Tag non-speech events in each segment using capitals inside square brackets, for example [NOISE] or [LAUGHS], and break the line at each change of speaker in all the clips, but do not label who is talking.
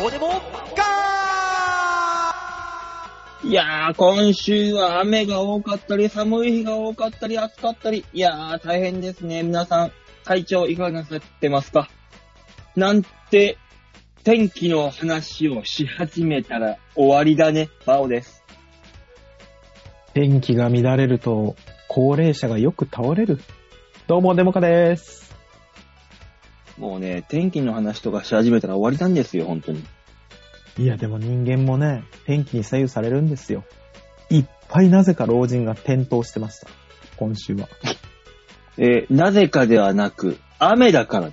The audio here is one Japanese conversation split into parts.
どうでもガ
いやー、今週は雨が多かったり、寒い日が多かったり、暑かったり。いやー、大変ですね。皆さん、体調いかがなさってますかなんて、天気の話をし始めたら終わりだね。バオです。
天気が乱れると、高齢者がよく倒れる。どうも、デモカです。
もうね、天気の話とかし始めたら終わりなんですよ、本当に。
いや、でも人間もね、天気に左右されるんですよ。いっぱいなぜか老人が転倒してました。今週は。
えーなぜかではなく、雨だから。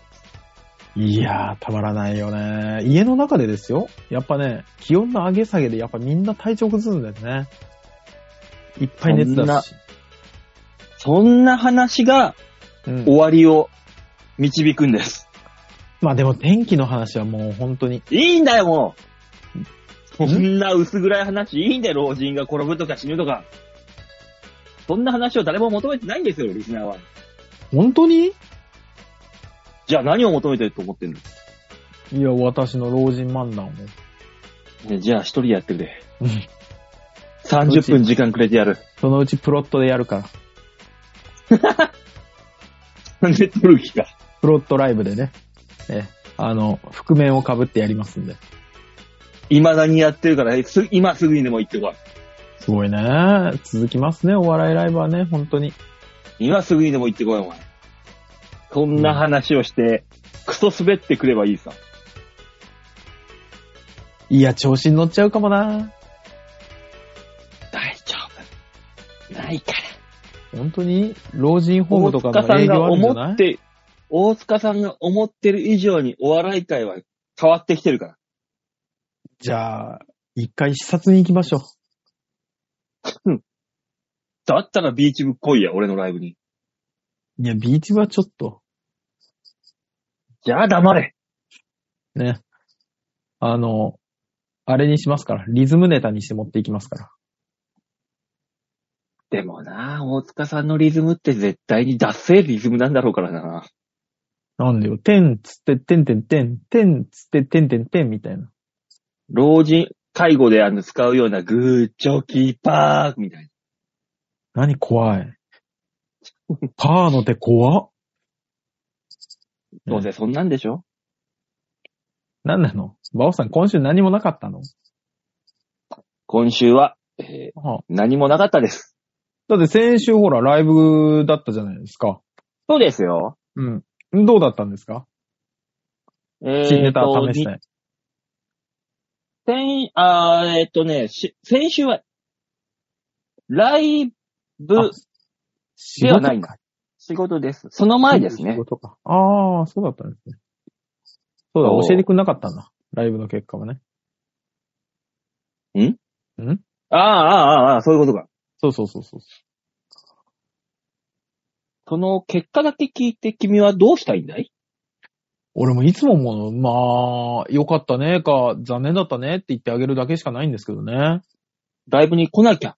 いやー、たまらないよね。家の中でですよ。やっぱね、気温の上げ下げでやっぱみんな体調崩すんだよね。いっぱい熱
そんな
だし。
そんな話が
うん
終わりを導くんです。
まあでも天気の話はもう本当に。
いいんだよ、もう。
ん
そんな薄暗い話いいんだよ、老人が転ぶとか死ぬとか。そんな話を誰も求めてないんですよ、リスナーは。
本当に
じゃあ何を求めてると思ってんの、
いや、私の老人漫談を。
ねじゃあ一人でやってくれ。
うん
30分時間くれてやる。
そのうちプロットでやるから。
なんで取る気か。
プロットライブでね、え、あの、覆面をかぶってやりますんで。
未だにやってるから、す今すぐにでも行ってこい。
すごいね。続きますね、お笑いライブはね、本当に。
今すぐにでも行ってこい、お前。そんな話をして、クソ滑ってくればいいさ。
いや、調子に乗っちゃうかもな。
大丈夫。ないから。
本当に、老人ホーム
大
とか
塚
の
さん
営業
が
あるんじゃ
思
な
っ
い
て、大塚さんが思ってる以上にお笑い界は変わってきてるから。
じゃあ、一回視察に行きましょう。
だったらビーチ部来いや、俺のライブに。
いや、ビーチ部はちょっと、
じゃあ黙れ。
ね。あの、あれにしますから。リズムネタにして持っていきますから。
でもな、大塚さんのリズムって絶対にダッセーリズムなんだろうからな。
なんでよ、てんつって、てんてんてん、てんつって、てんてんてんみたいな。
老人、介護であの使うようなグーチョキパーみたいな。
何
[LAUGHS]
怖い。パーの手怖っ。
どうせそんなんでしょ、
なんなのバオさん、今週何もなかったの
今週は、えー
あ
何もなかったです。
だって先週ほら、ライブだったじゃないですか。
そうですよ。
うん。どうだったんですか
えーと
新ネタ試したい。
先、あーえっとね、し先週は、ライブ
あ、仕
では
事
ないんだ
か。
仕事です。その前ですね
仕。事か。ああ、そうだったんですね。そうだ
そう、
教えてくれなかったんだ。ライブの結果はね。
ああ、ああ、ああ、そういうことか。
そうそうそうそう。
その結果だけ聞いて君はどうしたいんだい
俺もいつももう、まあ、良かったねか、残念だったねって言ってあげるだけしかないんですけどね。
ライブに来なきゃ。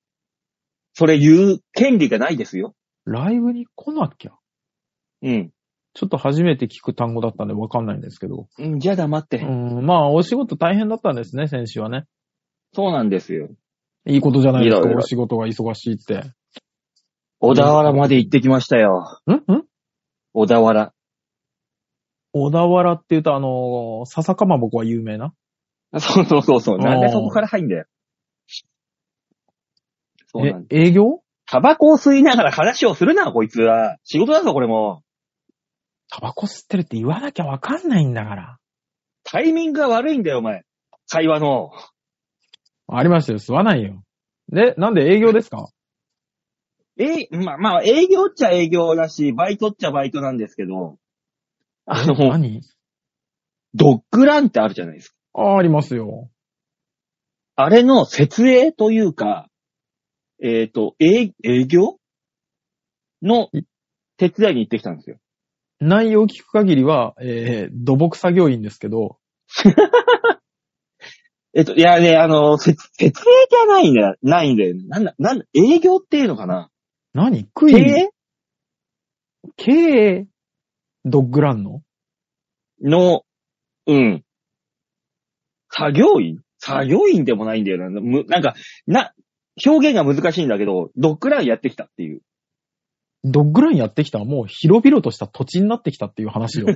それ言う権利がないですよ。
ライブに来なきゃ。
うん。
ちょっと初めて聞く単語だったんでわかんないんですけど。
うん、じゃあ黙って。
うん、まあ、お仕事大変だったんですね、先週はね。
そうなんですよ。
いいことじゃないで
い
す
ろ
か、
いろ
お仕事が忙しいって。ん
小田原まで行ってきましたよ。
ん
小田 [LAUGHS] 原。
小田原って言うと、あのー、笹かまぼこは有名な
そうそうそうそう。なんでそこから入んだよ。そうなんだ。
え、営業
タバコを吸いながら話をするな、こいつは。仕事だぞ、これも。
タバコ吸ってるって言わなきゃわかんないんだから。
タイミングが悪いんだよ、お前。会話の。
ありましたよ、吸わないよ。で、なんで営業ですか
え、まあまあ、営業っちゃ営業だし、バイトっちゃバイトなんですけど、あの、
何
ドッグランってあるじゃないですか。
あ、ありますよ。
あれの設営というか、えっ、と、営、営業の手伝いに行ってきたんですよ。
内容聞く限りは、えー、土木作業員ですけど、
えっと、いやね、あの、せ設営じゃないんだよ。ないんだよ。なんだ、なんだ、営業っていうのかな
何食
経
い
営
経営ドッグランの
の、うん。作業員作業員でもないんだよな。むなんか、な、表現が難しいんだけど、ドッグランやってきたっていう。
ドッグランやってきたらもう広々とした土地になってきたっていう話 [LAUGHS] よ。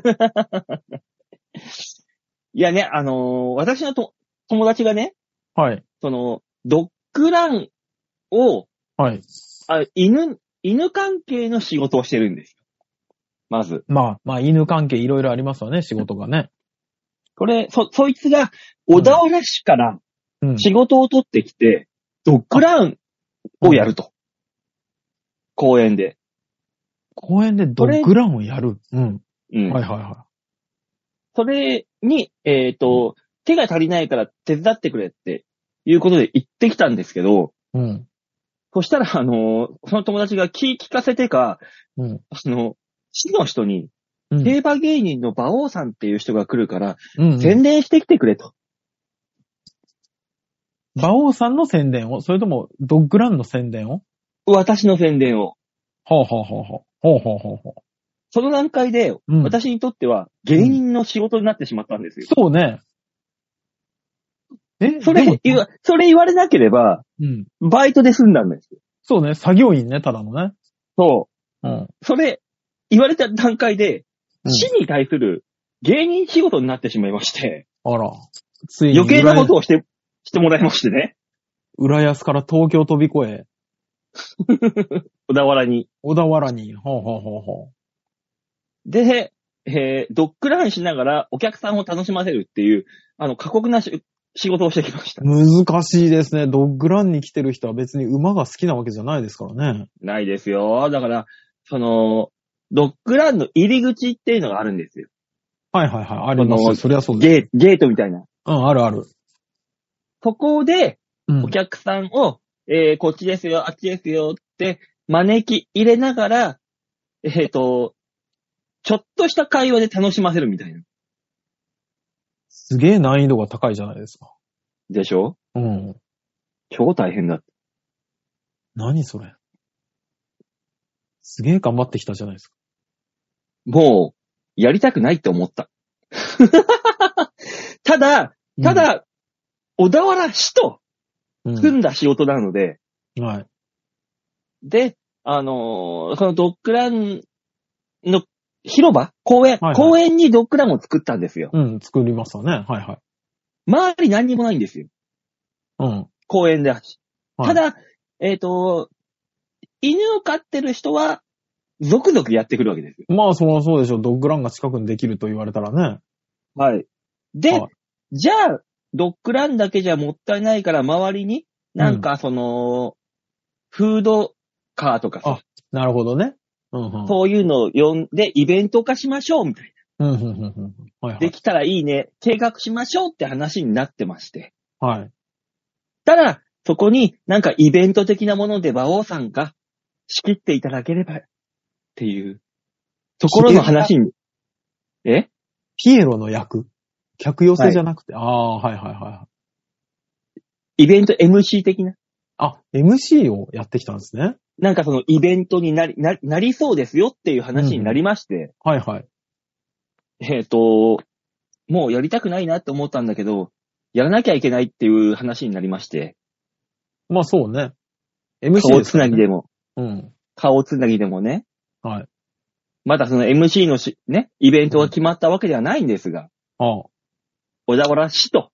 いやね、あのー私のと友達がね、
はい。
その、ドッグランを、
はい。
あ犬、犬関係の仕事をしてるんですよ。まず。
まあ、まあ、犬関係いろいろありますわね、仕事がね。
これ、そ、そいつが、小田原市から
うん。
仕事を取ってきて、ドッグランをやると。公園で。
公園でドッグランをやる。うん。
うん。
はいはいは
それに、えっ、と、手が足りないから手伝ってくれっていうことで行ってきたんですけど、
い。うん。
そしたら、あのーその友達が気聞かせてか、
うん。
その、市の人に、
うん。
競馬芸人の馬王さんっていう人が来るから、
うんうん
宣伝してきてくれと。
馬王さんの宣伝をそれとも、ドッグランの宣伝を
私の宣伝を。
ほうほうほうほう。ほうほうほうほ
その段階で、
う。うん、
私にとっては芸人の仕事になってしまったんですよ。
そうね。え
それ
で
言
も
わ、それ言われなければ、
うん。
バイトで済んだんですよ。
そうね、作業員ね、ただのね。
そ
うん。
う。それ、言われた段階で、
うん
死に対する芸人仕事になってしまいまして、
あら。ついに
余計なこと
を。
をして、してもらいましてね。
浦安から東京飛び越え、
小田原に。
小田原に。ほうほうほうほ
で、えードッグランしながらお客さんを楽しませるっていう、あの、過酷なし仕事をしてきました
う。。難しいですね。ドッグランに来てる人は別に馬が好きなわけじゃないですからね。
ないですよ。だから、その、ドッグランの入り口っていうのがあるんですよ。
はいはいはい。ありま
その
す。そりゃそうです。
ゲーゲートみたいな。
うん、あるある。
そこで、
うん
お。客さんを、えーこっちですよ、あっちですよって招き入れながら、えっ、と、ちょっとした会話で楽しませるみたいな。
すげえ難易度が高いじゃないですか。
でしょ
うん。
超大変だ。
何それ。すげえ頑張ってきたじゃないですか。
もう、やりたくないって思った。 [LAUGHS] ただ、ただ、小田原市と
うん、
組んだ仕事なので、
うんはい。
で、あのーそのドッグランの広場公園、
はいはい
公園にドッグランを作ったんですよ。
うん、作りましたね。はいはい。
周り何にもないんですよ。
うん。
公園で。
はい
ただ、えっ、と、犬を飼ってる人は、続々やってくるわけですよ。
まあ、そらそうでしょう。ドッグランが近くにできると言われたらね。
はい。で、
はい
じゃあ、ドッグランだけじゃもったいないから、周りに、なんかその、フードカーとかさ
あ、なるほどね。うん、うん。
そういうのを呼んで、イベント化しましょう、みたいな。
うん、うん、うんうん。はいは
で
い。
きたらいいね、計画しましょうって話になってまして。
はい。
ただ、そこになんかイベント的なもので馬王さんが仕切っていただければっていうところの話に。え
ピエロの役客寄せじゃなくて。ああ、はいはいはい。
イベント MC 的な
あ、MC をやってきたんですね。
なんかそのイベントになり、ななりそうですよっていう話になりまして、
はいはい。
えっ、と、もうやりたくないなって思ったんだけど、やらなきゃいけないっていう話になりまして、
まあそうね。MC
顔
です
つ
か
な
らね、
ぎでも、
うん。
顔つなぎでもね、
はい。
まだその MC のし、ね、イベントが決まったわけではないんですが、
あ
小田原市と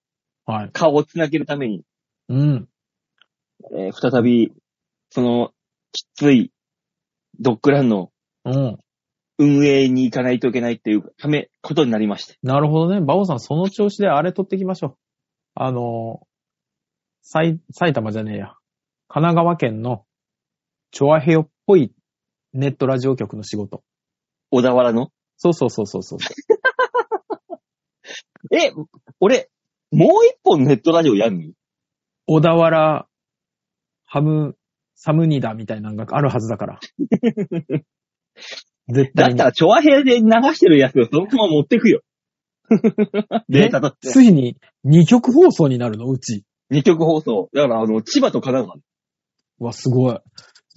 あ、はい。
顔をつなげるために、
うん。
えー再び、その、きつい、ドッグランの
うん。
運営に行かないといけないっていうため、ことになりまして。
なるほどね。バオさん、その調子であれ取ってきましょう。あのー、埼、埼玉じゃねえや。神奈川県の、チョアヘヨっぽいネットラジオ局の仕事。
小田原の。
そうそうそうそうそうそう。
え、俺、もう一本ネットラジオやんの
小田原、ハム、サムニダみたいなのがあるはず
[LAUGHS]
だから。絶
だ
対
っ
に
た。ら、チョアヘアで流してるやつをそのまま持ってく
[LAUGHS]
よ。データだっ
え
て。
ついに、2曲放送になるのうち。
二曲放送。だから、あの、千葉と神奈川。
うわ、すごい。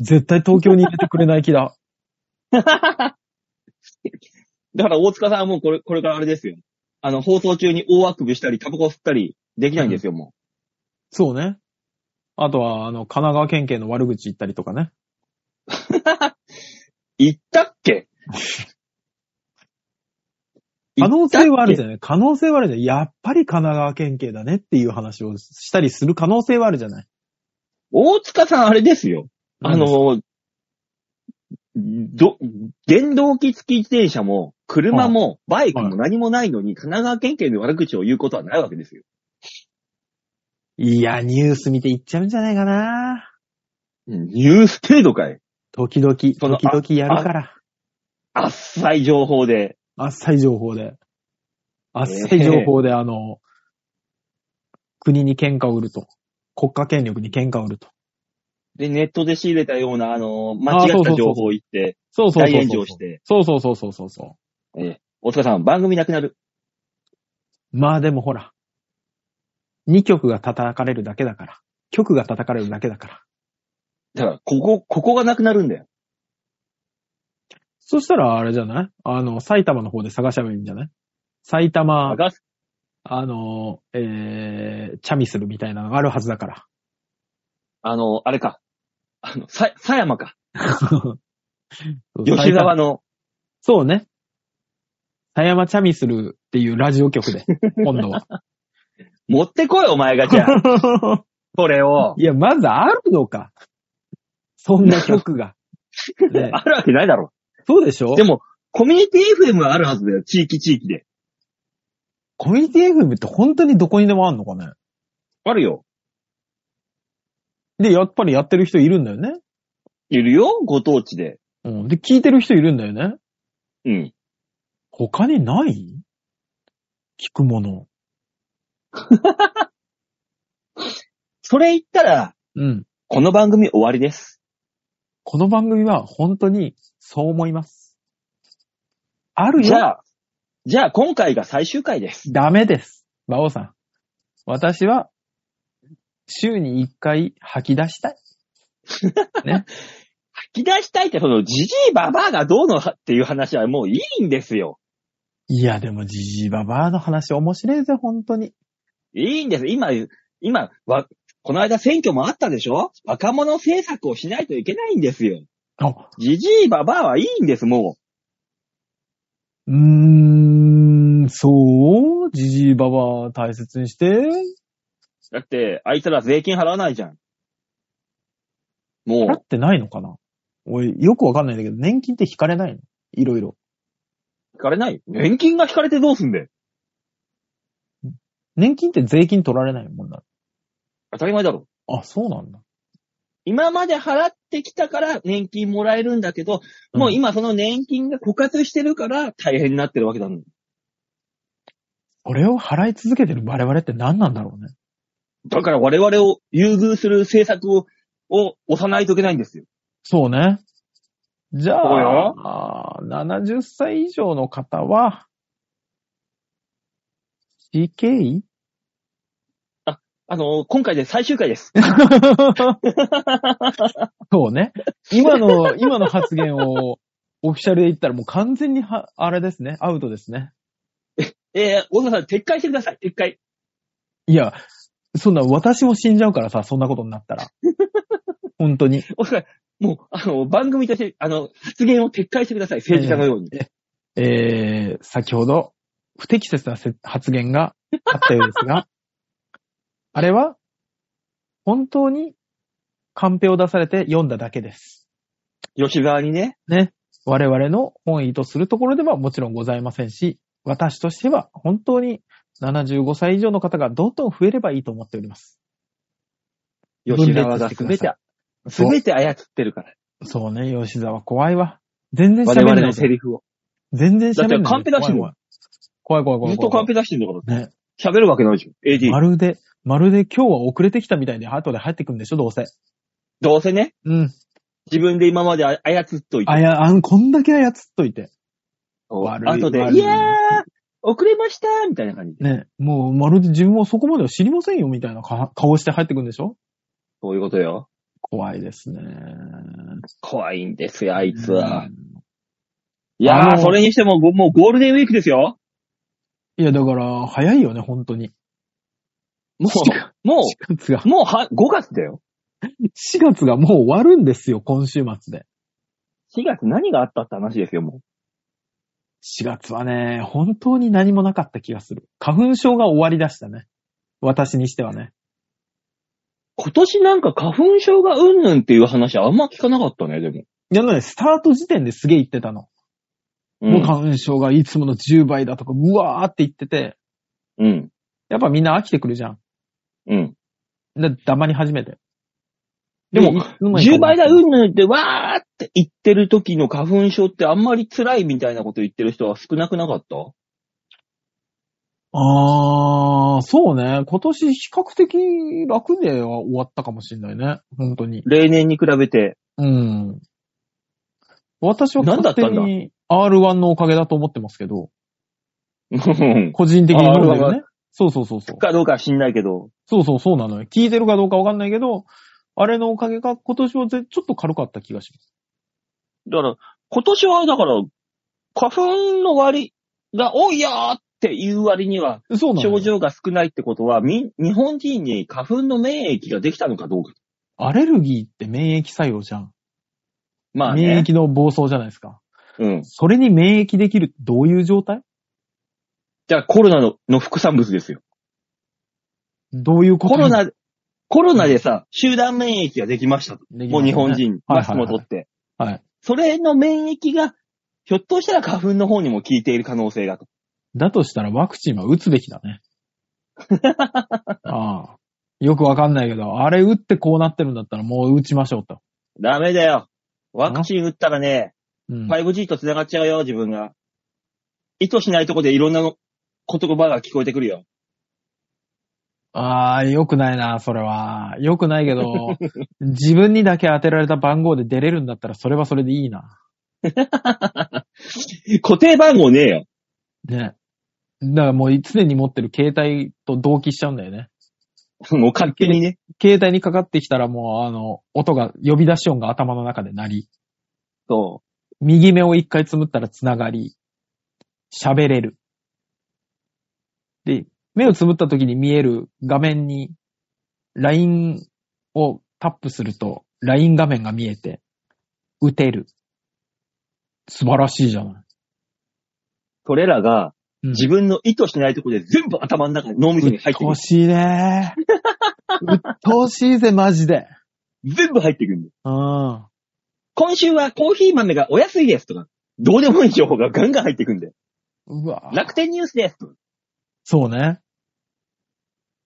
絶対東京に入れてくれない気だ。 [LAUGHS]
だから、大塚さんはもうこれ、これからあれですよ。あの、放送中に大あくびしたり、タバコ吸ったり、できないんですよ、も
そうね。あとは、あの、神奈川県警の悪口言ったりとかね。
う。言ったっけ
[LAUGHS] 可能性はあるじ
ゃん。
ゃない可能性はあるじゃないやっぱり神奈川県警だねっていう話をしたりする可能性はあるじゃない
大塚さん、あれですよ。あ、の、ど、原動機付き自転車も、車も、バイクも何もないのに、神奈川県警の悪口を言うことはないわけですよ。
いや、ニュース見て言っちゃうんじゃないかな
ニュース程度かい。
時々、時
その
々やるから。
あっさい情報で。
あっさい情報で。あっさい情報で、あの、国に喧嘩を売ると。国家権力に喧嘩を売ると。
で、ネットで仕入れたような、あの、間違った情報を言って、
そうそうそうそう。
大炎上して。
そうそうそうそうそうそ
大塚さん、番組なくなる。
う。まあでもほら、2曲が叩かれるだけだから。曲が叩かれるだけだから。
だから、ここ、ここがなくなるんだよ。
そしたらあれじゃないあの、埼玉の方で探しゃばいいんじゃない埼玉、
探す
あの、えー、チャミするみたいなのがあるはずだから。
あの、あれか。あの、さ、さやまか。
そう
吉沢の。
そうね。狭山チャミするっていうラジオ局 [LAUGHS] で、今度は。
持ってこい、お前がじゃ
[LAUGHS]
あ。これを。 [LAUGHS]
いや、まずあるのか。そんな曲が。ね
あるわけないだろ。
そうでしょ
でも、コミュニティ FM はあるはずだよ。地域地域で。
コミュニティ FM って本当にどこにでもあるのかね
あるよ。
で、やっぱりやってる人いるんだよね。
いるよ、ご当地で。
うん。で、聞いてる人いるんだよね。
うん。
他にない聞くもの。
それ言ったら、
うん。
この番組終わりです。
この番組は本当にそう思います。ある
じ
よ。
ゃあ、じゃあ今回が最終回です。
ダメです。馬王さん。私は、週に一回吐き出したい。
引き出したいって、その、じじいばばあがどうのっていう話はもういいんですよ。
いや、でも、ジジイババアの話面白いぜ、本当に。
いいんです。今、今、わ、この間選挙もあったでしょ若者政策をしないといけないんですよ。
あ、
じじいばばあはいいんです、も
うーん、そうジジイババア大切にして。
う。だって、あいつら税金払わないじゃん。もう
払。ってないのかな俺、よくわかんないんだけど、年金って引かれないのいろいろ。
引かれない年金が引かれてどうすんだよ。
年金って税金取られないもんな
当たり前だろ。
の。あ、そうなんだ。
今まで払ってきたから年金もらえるんだけど、
うん
もう今その年金が枯渇してるから大変になってるわけだもん。
これを払い続けてる我々って何なんだろうね。
だから我々を優遇する政策を、を押さないといけないんですよ。
そうね。じゃ
そうよ
あ、あー70歳以上の方は、死
[LAUGHS]
刑
あの、今回で最終回 [LAUGHS] です。
そうね。今の、今の発言をオフィシャルで言ったらもう完全には、あれですね、アウトですね。
えー、大沢さん撤回してください、撤回。
いや、そんな私も死んじゃうからさ、そんなことにな
[LAUGHS]
ったら。本当に。
大沢さん、もう、あの、番組として、あの、発言を撤回してください、政治家のように。
えー、先ほど、不適切なせ発言があったようです [LAUGHS] が、あれは、本当に、カンペを出されて読んだだけです。
吉沢にね、
ね。我々の本意とするところではもちろんございませんし、私としては本当に75歳以上の方がどんどん増えればいいと思っております。
吉沢が全
分裂してく
て
だ、そう
全て操ってるから。
そうね、吉沢怖いわ。全然
我
喋れ
々
ない
の。セリフを。
全然喋れな
だっ
い。
てカンペ出してんの
怖い怖い怖い怖
ず
い怖い
っとカンペ出してんだから。
ね。
喋るわけないじゃん。AD
ま。るで、まるで今日は遅れてきたみたいで、後で入ってくんでしょ、どうせ。
どうせね、
うん。
自分で今まであ操っといて。
あや、あん、こんだけ操っといて。悪い
後で、
悪
い
い
やー、遅れましたーみたいな感じで。
ね。もう、まるで自分はそこまでは知りませんよ、みたいなか顔して入ってくんでしょ
そういうことよ。
怖いですね。
怖いんですよ、あいつ
う
は。
ん
いや
あ
ー、
の
それにしても、ごもうゴールデンウィークですよ。
いや、だから、早いよね、本当に。
もう、も
4月が。
う、もうは、5月だよ。
4月がもう終わるんですよ、今週末で。
4月何があったって話ですよ、も
4月はね、本当に何もなかった気がする。花粉症が終わりだしたね。私にしてはね。
う。今年なんか花粉症がうんぬんっていう話あんま聞かなかったね、でも。
いや、だからね、スタート時点ですげえ言ってたの。もう花粉症がいつもの10倍だとか、うわーって言ってて、
うん。
やっぱみんな飽きてくるじゃん。
うん。
で、黙り始めて。
でも
いつの間にか
10倍だ、うんぬんってわーって言ってる時の花粉症ってあんまり辛いみたいなこと言ってる人は少なくなかった
あー、そうね。今年比較的楽では終わったかもしれないね。本当に。
例年に比べて。
うん。私は
何だ
勝
ったん
手
だ
に R1 のおかげだと思ってますけど、
うん
個人的に飲んでる
R1
ね。そうそうそうそ
[LAUGHS]
う。
かどうかは知んないけど。
そうそうそうなのよ。聞いてるかどうかわかんないけど、あれのおかげが今年はぜちょっと軽かった気がします。
だから、今年はだから、花粉の割が多いよーっていう割には、
そうなのよ
症状が少ないってことは、み、日本人に花粉の免疫ができたのかどうか。
アレルギーって免疫作用じゃん。
まあ
免
ね。
疫の暴走じゃないですか。
うん。
それに免疫できるってどういう状態
じゃあコロナのの副産物ですよ。
どういうこと
コロナ、コロナでさ、集団免疫ができましたと。
できま
も
すよ
う日本。
ね
人、
はい
マ
はいはい
スクも取って。
はい。
それの免疫が、ひょっとしたら花粉の方にも効いている可能性がと。
だとしたらワクチンは打つべき
[LAUGHS]
だね。ああ。よくわかんないけど、あれ打ってこうなってるんだったらもう打ちましょうと。
ダメだよ。ワクチン打ったらね、
うん。
5G と繋がっちゃうよ、自分が。意図しないとこでいろんなの言葉が聞こえてくるよ。
ああ、よくないな、それは。よくないけ
[LAUGHS]
ど、自分にだけ当てられた番号で出れるんだったらそれはそれでいいな。
固定番号ねえよ。 [LAUGHS]
ね。だからもう常に持ってる携帯と同期しちゃうんだよね。
もう勝手にね。
携帯にかかってきたらもうあの、音が、呼び出し音が頭の中で鳴り、
そ
右目を一回つむったらつながり、喋れる。で、目をつむった時に見える画面に、LINE をタップすると、LINE 画面が見えて、打てる。素晴らしいじゃない。
う。それらが、
うん
自分の意図しないとこで全部頭の中に、脳みそに入ってく
うっと
る
う。しいね。
[LAUGHS]
うっとうしいぜ、マジで。
全部入ってくるんだよ。
うん。
今週はコーヒー豆がお安いですとか、どうでもいい情報がガンガン入ってくんだよ。
うわ
楽天ニュースですとか。
そうね。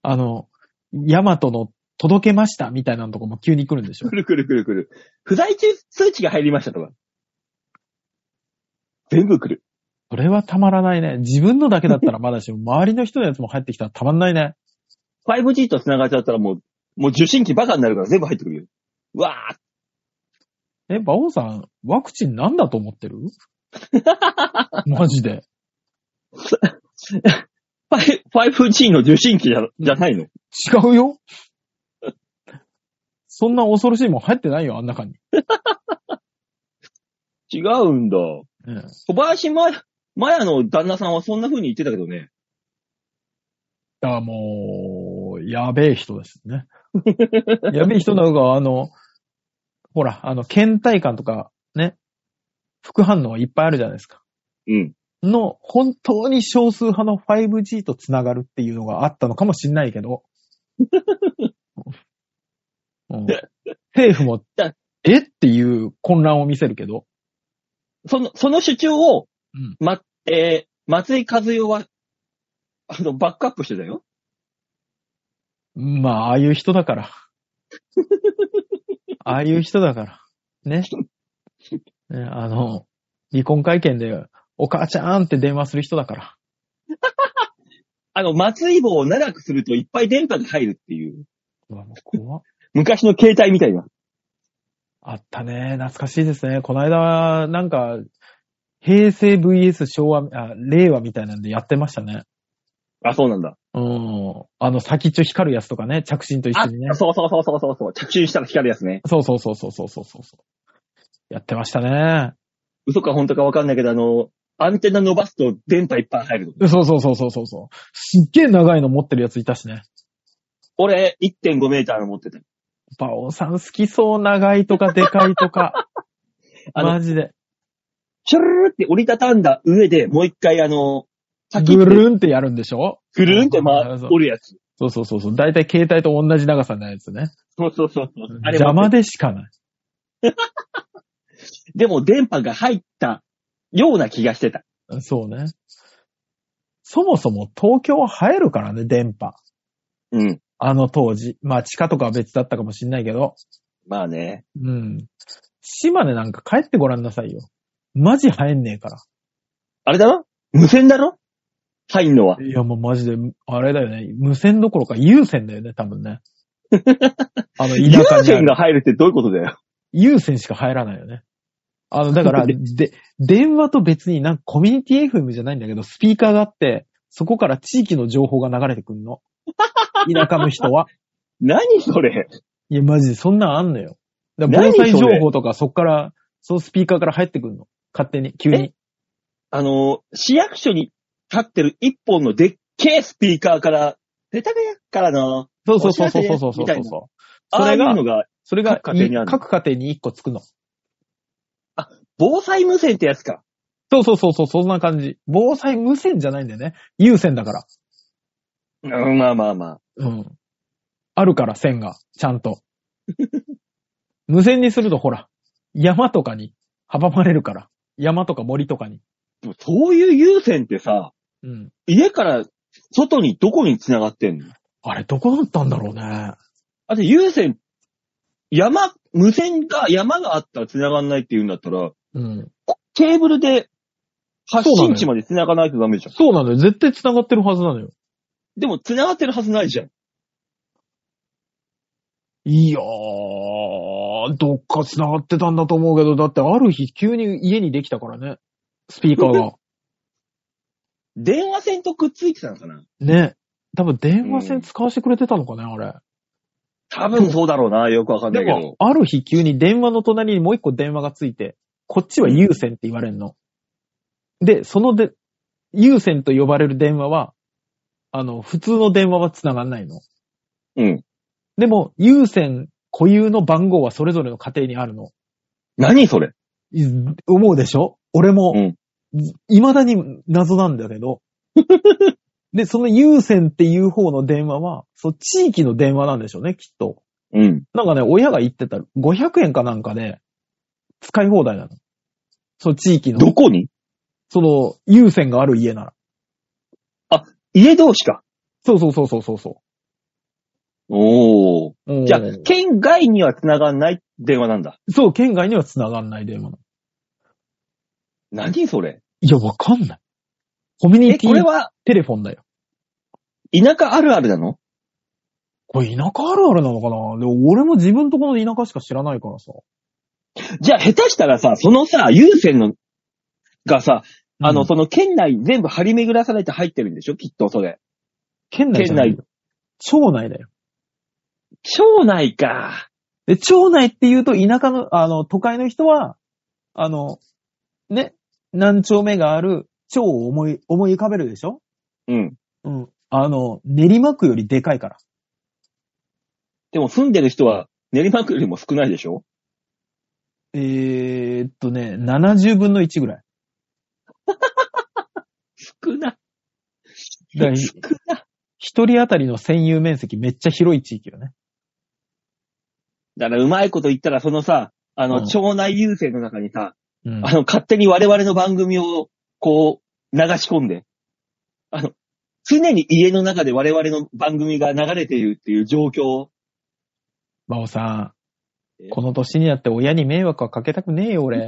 あの、ヤマトの届けましたみたいなのとこも急に来るんでし
[LAUGHS]
ょ
く。るくるくるくる。不在中通知が入りましたとか。全部来る。
それはたまらないね。自分のだけだったらまだしも、周りの人のやつも入ってきたらたまんないね。
5G と繋がっちゃったらもう、もう受信機バカになるから全部入ってくるよ。うわー
え、馬王さん、ワクチンなんだと思ってるマジで。
5G の受信機じゃじゃないの。
違うよ。そんな恐ろしいもん入ってないよ、あん中に。
違うんだ。
ええ
小林ま、まやの旦那さんはそんな風に言ってたけどね。
だからもう、やべえ人ですね。やべえ人だが、あの、ほら、あの、倦怠感とか、ね、副反応いっぱいあるじゃないですか。
うん。
の、本当に少数派の 5G と繋がるっていうのがあったのかもしんないけど。うん政府も
だ、
えっていう混乱を見せるけど。
その、その主張を、
うん
ま、えー、松井和代は、あの、バックアップしてたよ。
まあ、ああいう人だ [LAUGHS] から。ああいう人だから。ね。ねあの、離婚会見で、お母ちゃんって電話する人だから。
あの、松井棒を長くするといっぱい電波が入るっていう、
うわもう怖っ
昔の携帯みたいな。
あったね。懐かしいですね。この間、なんか、平成 VS 昭和、あ、令和みたいなんでやってましたね。
あ、そうなんだ。
うん。あの、先っちょ光るやつとかね、着信と一緒にね
あ、。そうそうそうそうそうそう。着信したら光るやつね。
そうそうそうそうそうそうそう。やってましたね。
嘘か本当かわかんないけど、あの、アンテナ伸ばすと電波いっぱい入る。
そうそうそうそうそうそう。すっげえ長いの持ってるやついたしね。
俺、1.5メーターの持ってた。
バオさん好きそう、長いとかでかいとか。
[LAUGHS] あの
マジで。
シュルルルって折りたたんだ上で、もう一回あの、先っ
ぐ
て
るんってやるんでしょ
ぐるんって
なる
回
ほど
折るやつ。
そうそうそうそう。だいたい携帯と同じ長さのやつね。
そうそうそうそう。あれ
邪魔
で。
でしかない。
でも電波が入ったような気がしてた。
そうね。そもそも東京は生えるからね、電波。
うん。
あの当時。まあ地下とかは別だったかもしんないけど。
まあね。
うん。島根なんか帰ってごらんなさいよ。マジ生えんねえから。
あれだろ無線だろ入んのは。
いやもうマジで、あれだよね。無線どころか有線だよね、多
[LAUGHS]
分ね。あの、
優
田舎にあ
先
る。
が入るってどういうことだよ。
有線しか入らないよね。あの、だ
[LAUGHS]
から、
で
で、電話と別になんかコミュニティ FM じゃないんだけど、スピーカーがあって、そこから地域の情報が流れてくんの。田舎の人は。
[LAUGHS] 何それ
いや、マジでそんなんあんのよ。だから
何
防災
そ
情
れ
報とかそっから、そのスピーカーから入ってくんの。勝手に、急に。
あの、市役所に立ってる一本のでっけえスピーカーから、出たがやっからな。
そうそうそうそうそうそうそ
お知らせみた
う
いな
そう。
あ
そ
あい
れ
う
が
のが、
それが
各家庭にあるの
各家庭に一個つくの。
防災無線ってやつか。
そうそうそうそう、そんな感じ。防災無線じゃないんだよね。有線だから。
うん、まあまあまあ。
うん。あるから、線が。ちゃん [LAUGHS] と。無線にするとほら、山とかに阻まれるから。山とか森とかに。
でもそういう優先ってさ、
うん。
家から外にどこに繋がってんの
あれ、どこだったんだろうね。
あと優先、山、無線が、山があったら繋がんないって言うんだったら、
うん。
ケーブルで発
そうなの
信
よ
地まで繋がないとダメじゃん。
そうなのよ。絶対繋がってるはずなのよ。
でも繋がってるはずないじゃん。
いやー、どっか繋がってたんだと思うけど、だってある日急に家にできたからね。スピーカー [LAUGHS] が。
電話線とくっついてたのかな
ね。多分電話線使わせてくれてたのかね、あれ。
多分そうだろうな、よくわかんな
で
いけ
も
ど、。
ある日急に電話の隣にもう一個電話がついて、こっちは有線って言われるの。で、そので、有線と呼ばれる電話は、あの、普通の電話は繋がんないの。
うん。
でも、有線固有の番号はそれぞれの家庭にあるの。
何それ
い思うでしょ俺も、
うん
未だに謎なんだけ
[LAUGHS]
ど。で、その有線っていう方の電話は、そう、地域の電話なんでしょうね、きっと。
うん。
なんかね、親が言ってた500円かなんかで、使い放題なの。その地域の
ど、こに
その、有線がある家なら。
家同士か。
そうそうそうそうそうそ
おー。
う。うん
じゃあ、県外には繋がんない電話なんだ。
そう、県外には繋がんない電話なの。
何それ
いや、わかんない。コミュ
え、
ニテ
これ
ィ
は、
テレフォンだよ。
田舎あるあるなの
これ田舎あるあるなのかなでも俺も自分とこの田舎しか知らないからさ。
じゃあ、下手したらさ、そのさ、優先の、がさ、あの、
うん
その県内全部張り巡らされて入ってるんでしょきっと、それ。
県内じゃないよ。町内だよ。
町内か。
で、町内って言うと田舎の、あの、都会の人は、あの、ね、何丁目がある町を思い、思い浮かべるでしょ
うん。
うん。あの、練馬区よりでかいから。
でも住んでる人は練馬区よりも少ないでしょ
えーっとね、70分の1ぐらい。
少な。
だから
少な。
一人当たりの占有面積めっちゃ広い地域よね。
だから、うまいこと言ったら、そのさ、あの、
うん
町内優先の中にさ、
うん
あ。の、勝手に我々の番組を、こう、流し込んで、あの、常に家の中で我々の番組が流れているっていう状況を、
バオさ
え
ん、この年になって親に迷惑はかけたくねえよ、 [LAUGHS] 俺。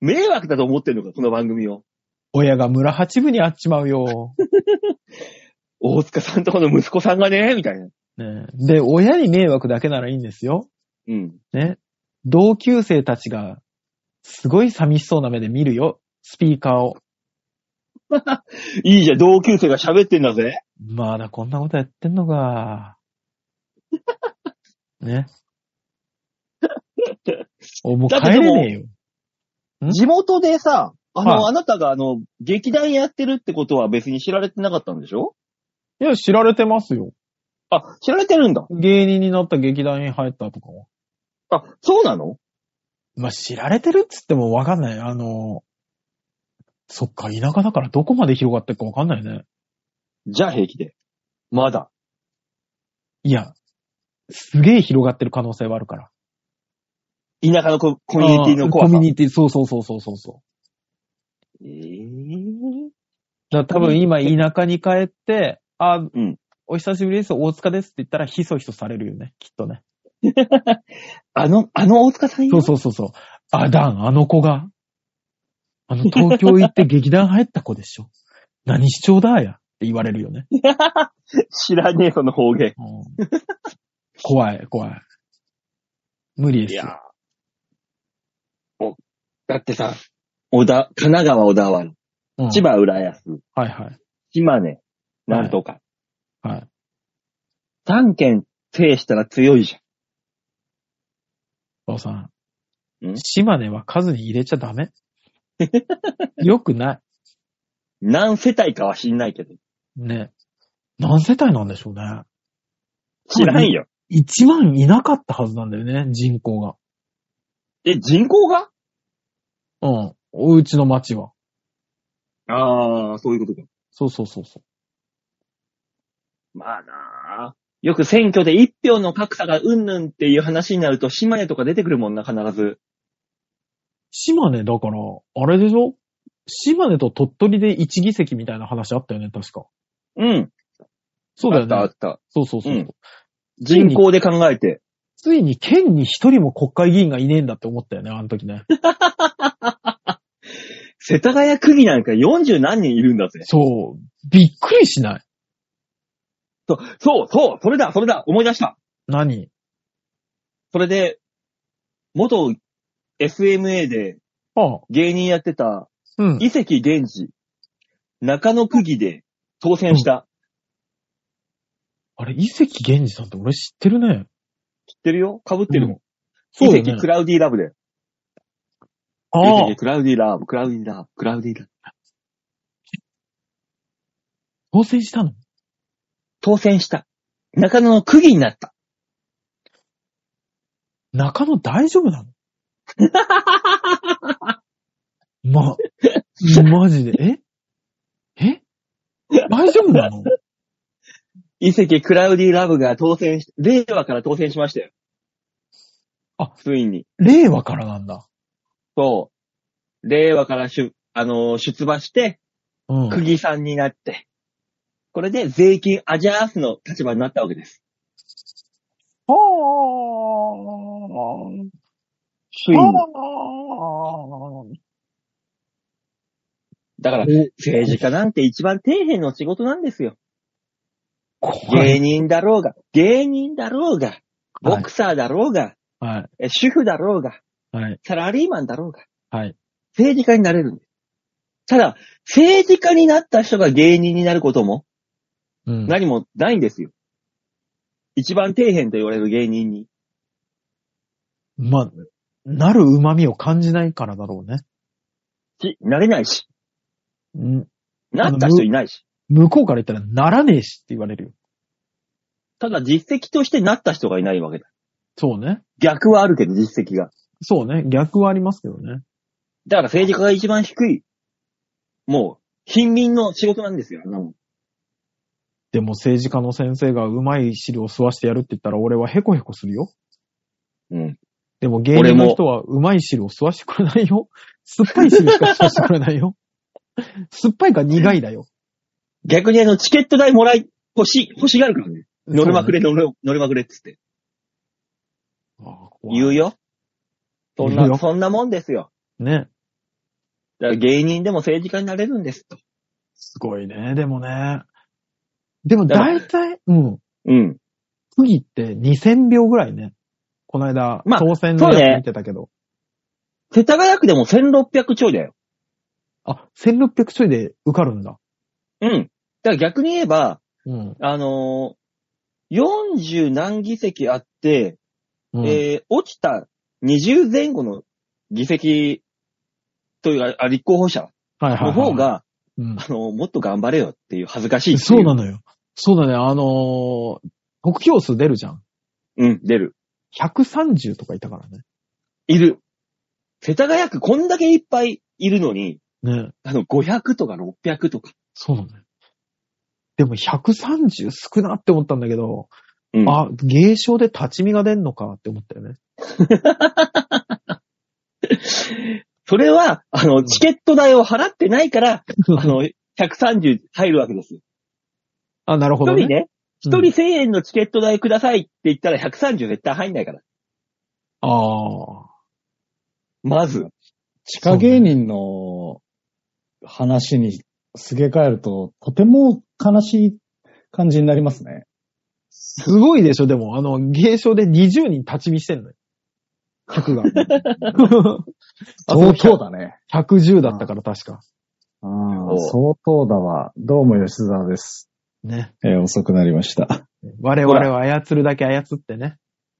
迷惑だと思ってるのか、この番組を。
親が村八部に会っちまう [LAUGHS] よ。
大塚さんとこの息子さんがね、みたいな。
ねえ、で、親に迷惑だけならいいんですよ。
うん。
ね、同級生たちが、すごい寂しそうな目で見るよ、スピーカーを。
いいじゃん、同級生が喋ってんだぜ。
まだこんなことやってんの [LAUGHS] か。 [LAUGHS] ね。おもう帰れねえよ。ん
地元でさ、あの、
はい
あなたがあの、劇団やってるってことは別に知られてなかったんでしょ
いや、知られてますよ。
あ、知られてるんだ。
芸人になった劇団に入ったとかは。
あ、そうなの
まあ、知られてるっつってもわかんない。あの、そっか、田舎だからどこまで広がってるかわかんないね。
じゃあ平気で。まだ。
いや、すげえ広がってる可能性はあるから。
田舎のココミュニティの
コ
怖
コ
さ。
ミュニティ、そうそうそうそうそうそ
えー
う。だから多分今田舎に帰って、あ、
ん
お久しぶりです、大塚ですって言ったらひそひそされるよね、きっとね。
あの、あの大塚さんよ
そうそうそうそう。あ、ダン、あの子が。あの、東京行って劇団入った子でしょ。 [LAUGHS] 何しちょうだやって言われるよね。
知らねえ、その方言。
うん怖い、怖い。無理で
い
すよ。
や。お、だってさ、小田、神奈川小田原、
うん
千葉浦安、
はいはい。
島根、なんとか。
はい。
三県制したら強いじゃん。
お父さん。
ん
島根は数に入れちゃダ [LAUGHS] メ。よくない。
何世帯かは知んないけど。
ね。何世帯なんでしょうね。
知らんよ。
1万いなかったはずなんだよね、人口が。
[LAUGHS] え、人口が
うん。おうちの町は。
ああ、そういうことか。
そうそうそうそう。
まあなあ。よく選挙で一票の格差がうんぬんっていう話になると、島根とか出てくるもんな、必ず。
島根だから、あれでしょ島根と鳥取で1議席みたいな話あったよね、確か。
うん。
そうだよね。
あったあった。
そうそうそうそう。
うん人口で考えて。
ついに県に一人も国会議員がいねえんだって思ったよね、あの時ね。
世田谷区議なんか40何人いるんだぜ。
そう。びっくりしない。
そう、そう、そう、それだ、それだ、思い出した。
何
それで、元 SMA で
ああ、
芸人やってた、
うん。
伊関源氏、中野区議で当選した。
あれ、遺跡源氏さんって俺知ってるね。
知ってるよ被ってるもん。
そうだ
伊
よね
関クラウディラブで。
ああ
伊関、クラウディラブ、クラウディラブ、クラウディラブ。
当選したの
当選した。中野の区議になった。
中野大丈夫 [LAUGHS] なのま、マジで、ええ大丈夫なの
伊関クラウディラブが当選し、令和から当選しましたよ。
あ、
ついに。
令和からなんだ。
そう。令和から出、あのー出馬して、
うん。
釘さんになって、これで税金アジャースの立場になったわけです。
はあ。
ついに。だから、政治家なんて一番底辺の仕事なんですよ。
怖い。
芸人だろうが、芸人だろうが、ボクサーだろうが、
はい。
え主婦だろうが、
はい。
サラリーマンだろうが、
はい。
政治家になれるんです。ただ、政治家になった人が芸人になることも
うん。
何もないんですよ。一番底辺と言われる芸人に。
まあ、なる旨味を感じないからだろうね。
しなれないし、
ん
なった人いないし。
向こうから言ったらならねえしって言われるよ。
ただ実績としてなった人がいないわけだ。
そうね。
逆はあるけど、実績が。
そうね。逆はありますけどね。
だから政治家が一番低い、もう、貧民の仕事なんですよ。あんなもん
でも政治家の先生がうまい汁を吸わしてやるって言ったら俺はヘコヘコするよ。
うん。
でも芸人の人はうまい汁を吸わしてくれないよ。酸っぱい汁しか吸わしてくれないよ。酸っぱいか苦いだよ。
逆にあの、チケット代もらい、欲しい、欲しがるからね。乗れまくれ、乗れ、乗れまくれっつって。
そうね。
言うよ。そん
言うよ
な、そんなもんですよ。
ね。
だから芸人でも政治家になれるんですと。
すごいね。でもね。でも
だから
大体、うん。
うん。
区議って2000秒ぐらいね。この間、
まあ
当選
そう
の
ね
やつ見てたけど。
世田谷区でも1600兆だよ。
あ、1600ちょいで受かるんだ。
うん。だから逆に言えば、
うん。
あのー、40何議席あって、
うん
えー落ちた20前後の議席とそういう、あ立候補者
はいはい、はい。
の方が、
うん、
あの、もっと頑張れよっていう、恥ずかしいってい
そうなのよ。そうだね。あのー得票数出るじゃん。
うん、出る。
130とかいたからね。
いる。世田谷区こんだけいっぱいいるのに、
ね。
あの、500とか600とか。
そうなのよ。でも130少なって思ったんだけど、
うん、
あ、芸賞で立ち見が出んのかって思ったよね。
それは、あの、チケット代を払ってないから、あの、130入るわけですよ。
あ、なるほ
一
ど
人
ね。
ね、一人
うん
1000円のチケット代くださいって言ったら130絶対入んないから。
ああ。
まず。
地下芸人の話にすげ替えると、とても悲しい感じになりますね。
すごいでしょ、でも。あの、芸賞で20人立ち見してんのよ。
[LAUGHS]
客が。あ
[LAUGHS] 相当だね。
110だったから確か。
ああ相当だわ。どうも吉沢です。
ね。
えー遅くなりました。
我々は操るだけ操ってね。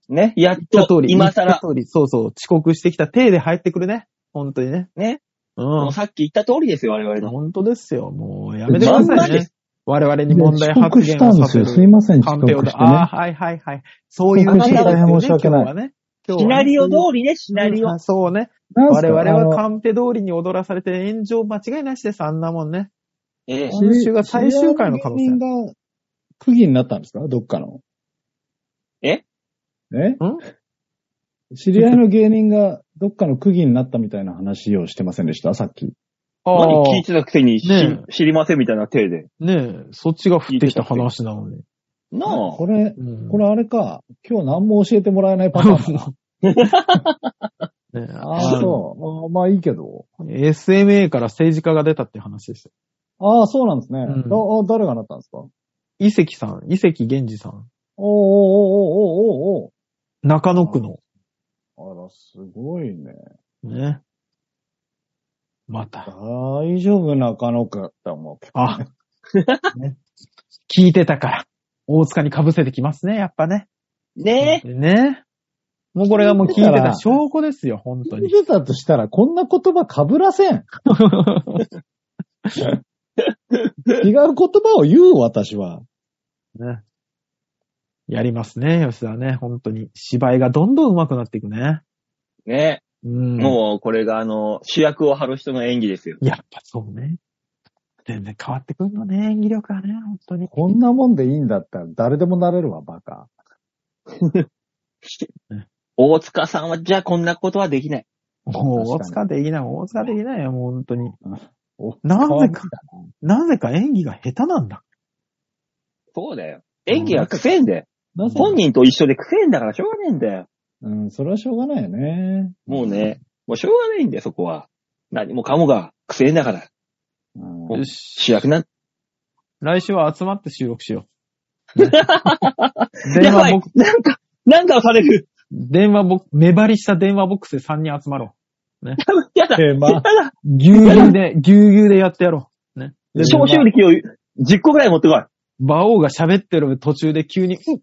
ね、やっ
言った
と
通、り。
今更、
言った通り。そうそう。遅刻してきた手で入ってくるね。本当にね。
ね。
う
も
ん
う。さっき言った通りですよ、我々の。
本当ですよ。もうやめてくだ
ま
さ
ん
い
まで
ね。我々に問題発
遅刻し
言
た
を
んで
さ
す
せ
よ。
る。
すいません、
カ
遅
ンペを
刻
だ
して
ああ、
ね。
はいはいはい。そういう
遅刻して
事態
大変申し訳ない
ですね今日
シ
はね。
ナリオ通
り
りね、シナリオ。
そうね。
なんす
我
か
々
あの
はカンペ通りに踊らされて炎上間違いなしです、あんなもんね。
ええ
あ今週が最終回の可能性
知り合いの芸人が区議になったんですかどっかの。
え
え
ん
知り合いの芸人がどっかの区議になったみたいな話をしてませんでしたさっき。
ああ、
何聞いてたくせにし
ね
知りませんみたいな体で。
ねえ、そっちが降ってきた話なのに。
なあ。
これ、
うん
これあれか。今日何も教えてもらえないパターンだな。
ねえ、
ああ、
そ
そう。あーまあいいけど。
う。SMA から政治家が出たって話ですよ。
ああ、そうなんですね。
うん
だあ誰がなったんですか
伊関さん、伊関源氏さん、
おーおーおーおーおーおー
中野区の、
あら、すごいね。
ね。また。
大丈夫なかのかって思うけど。
あ、 [LAUGHS] ね、聞いてたから。大塚に被せてきますね、やっぱね。
ね
ね。もうこれがもう聞いてた証拠ですよ、本当
聞い
[LAUGHS] に。
てたとしたら、こんな言葉被ら [LAUGHS] せん。違う言葉を言う、私は。
ね。やりますね、吉田ね、本当に。芝居がどんどん上手くなっていくね。
え。ね
うん。
え。もう、これがあの、主役を張る人の演技ですよ。
やっぱそうね。全然変わってくんのね、演技力はね、本当に。
こんなもんでいいんだったら、誰でもなれるわ、バカ。
大塚さんは、じゃあこんなことはできない。
もう大
確
塚できない、大塚できないよ、もう本当に。
お
なぜか
変わった
なぜか演技が下手なんだ。
そうだよ。演技はくせえんだよ。
なぜ
本人と一緒でくせえんだからしょうがねえんだよ。
うん、それはしょうがないよね。
もうね、もうしょうがないんだよ、そこは。何もかもがくせえんだから。
うん
よ
し。
主役なん、
来週は集まって収録しよ [LAUGHS] う。
や
電
ば
話
い
ボック
なんか、なんかされる。
電話ボック目張りした電話ボックスで3人集まろ
やだ。
えーま
や
あ
だ。
う。ぎゅうぎゅうで、ぎゅうぎゅうでやってやろ
で
消臭力を10個ぐらい持ってこい。
う。馬王が喋ってる途中で急に、うん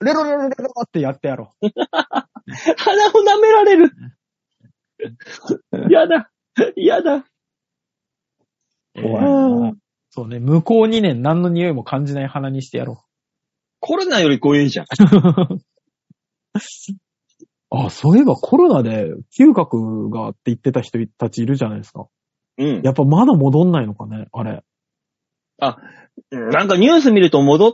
レロレロレロってやってやろ
鼻を舐められ [LAUGHS] る。やだ。やだ。
う。
怖い
うん
な。
そうね、向こう2年何の匂いも感じない鼻にしてやろ
コロナより怖いじゃん。
[LAUGHS] う。あ、そういえばコロナで嗅覚がって言ってた人たちいるじゃないですか。
うん。
やっぱまだ戻んないのかね、あれ。
なんかニュース見ると戻っ、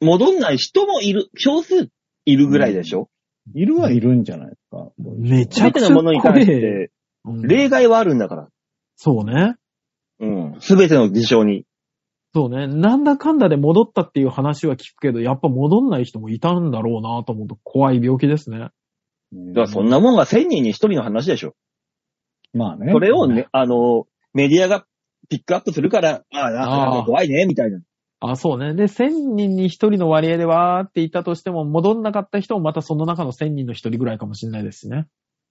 戻んない人もいる、少数いるぐらいでしょ、
いるはいるんじゃないですか。
めち
全
ゃ
て
くちゃ
のものに関し
怖え
て、
うん
例外はあるんだから。
そうね。
うん。すべての事象に。
そうね。なんだかんだで戻ったっていう話は聞くけど、やっぱ戻んない人もいたんだろうなと思うと怖い病気ですね。
うん
だからそんなもんが1000人に1人の話でしょ。
まあね。
それをね、あの、メディアがピックアップするから、ああ、なんか怖いね、みたいな。
あ、そうね。で、1000人に1人の割合でわーっていたとしても、戻んなかった人もまたその中の1000人の1人ぐらいかもしれないですしね。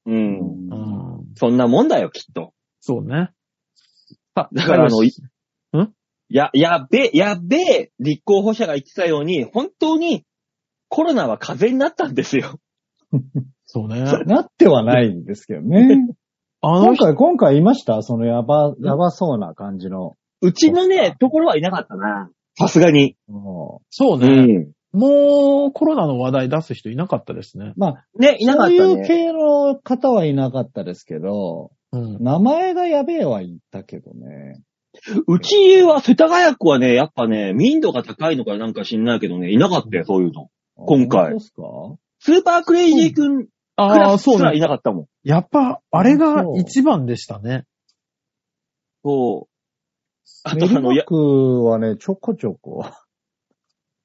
う。
うんん
うん。
そんなもんだよ、きっと。
そうね。さ
だからあの
最後
や、やっべえ、やっべえ、立候補者が言ってたように、本当にコロナは風邪になったんですよ。
そうね。
なってはないんですけどね。
あの
今
人、
回、今回いましたそのやば、やばそうな感じの。
うちのね、ところはいなかったな。さすがに。
も
そう
う
ね、
ん。
もうコロナの話題出す人いなかったですね。
うまあ、
ね、いなかった
そういう
ね。
系の方はいなかったですけど、
うん。
名前がやべえは言ったけどね。
うちは、世田谷区はね、やっぱね、民度が高いのかなんか知んないけどね、いなかったよ、そういうの。今回
そうですか
スーパークレイジー君ク
あ
ラ
あ、
スす
そう
らい
ね。
なかったもん。
やっぱ、あれが一番でしたね。
そう。あと
練
あの、
馬
や、
区はね、ちょこちょこ。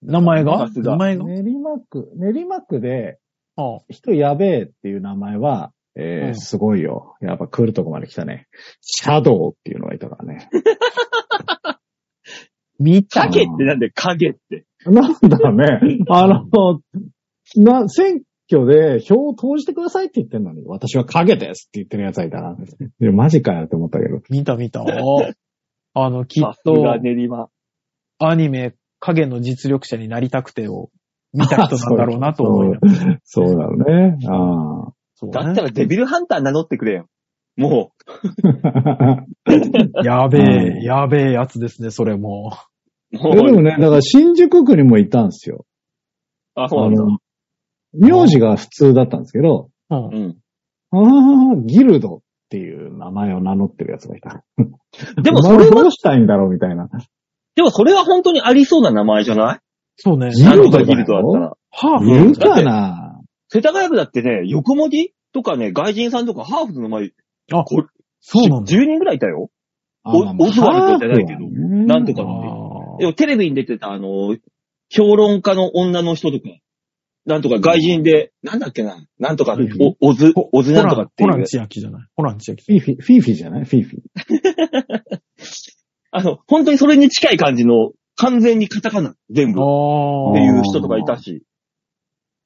名前が
さすが
名前が、
練馬区、練馬区で、
ああ
人やべえっていう名前は、えー
うん
すごいよ。やっぱ来るとこまで来たね。シャドウっていうのがいたからね。
見た。
影ってなんで影って。
なんだろう
[LAUGHS]
ね。あの、な、選挙で票を投じてくださいって言ってんのに、私は影ですって言ってるやつがいたな。でマジかよって思ったけど。
見た
[LAUGHS]
見た。あの、きっ
さす
と、
が練馬。
アニメ、影の実力者になりたくてを見た人なんだろうなと思
[LAUGHS]
いながら
そうだろうね。あ
そう
だったらデビルハンター名乗ってくれよ。も [LAUGHS]
あ。
やべ
うん
え、やべえやつですね、それも。
う、
え
も
でも
う、
ね、だから新宿区にもいたんですよ。
あ、そうな
あ
んだ。
の、名字が普通だったんですけど、
うん
うん。
ああ、ギルドっていう名前を名乗ってるやつがいた。
でも
お
そ
前
れ
ど
は、
うしたいんだろうみたいな。
でもそれは本当にありそうな名前じゃない
そうね。
ギ
な
ル
ん
ド
と
だ
か
よ
ギルドだったら。
ハ
い
ー
る
フ
かな
世田谷区だってね、横文字とかね、外人さんとかハーフの名前、
あ、
こ
そうなんだ。
10人ぐらいいたよ。
あまあまあ
オズワルドじゃないけど
ハーフはね
なんと
あ
か
ー
でもテレビに出てた、あの、評論家の女の人とか、なんとか外人で、なんだっけな、なんとか
うん、
お、おず、おず
ホ
なん
ラ
とか
ン
っ、てい
ホラン
う。
千秋じゃない。ホラン千
フ
秋。
ィーフィ、フィーフィじゃないフィーフィ。
あの、本当にそれに近い感じの、完全にカタカナ、全部。
あ
って
あ。
いう人とかいたし、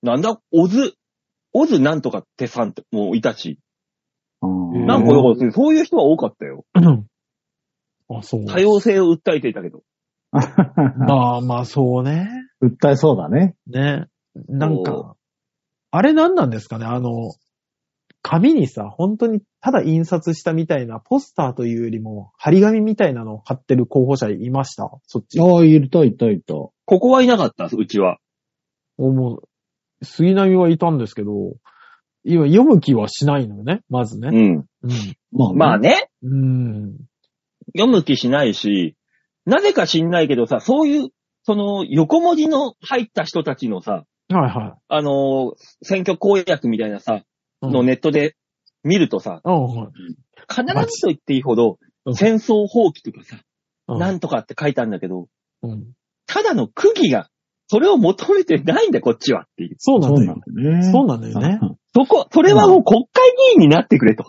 なんだ、オズ、オズなんとかってさんって、もういたし、
うん
なんかだから、そういう人は多かったよ。
あ、そう。
多様性を訴えていたけど。
まあまあ、そうね。
[LAUGHS] 訴えそうだね。
ね。なん
そ
か、あれ何なんですかねあの、紙にさ、本当にただ印刷したみたいな、ポスターというよりも、張り紙みたいなのを貼ってる候補者いましたそっち。
ああ、いたいたいた。
ここはいなかった、うちは。
思う。杉並はいたんですけど、今読む気はしないのよね、まず
う
ね。
ん。
うん。
まあ、
まあ。ね、
うん。
読む気しないし、なぜか知んないけどさ、そういう、その、横文字の入った人たちのさ、
はいは
あのー選挙公約みたいなさ、
い。うん
の。ネットで見るとさ、
うんうん
必ずと言っていいほど
う、ん
戦争放棄とかさ、
うん。
なんとかって書いたんだけど、
うん
ただの区議が、それを求めてないんだ、こっちはっていう。
そうな
そう
の
なん
よ。
だね。
そうなのよね。
そこ、それはもう国会議員になってくれと。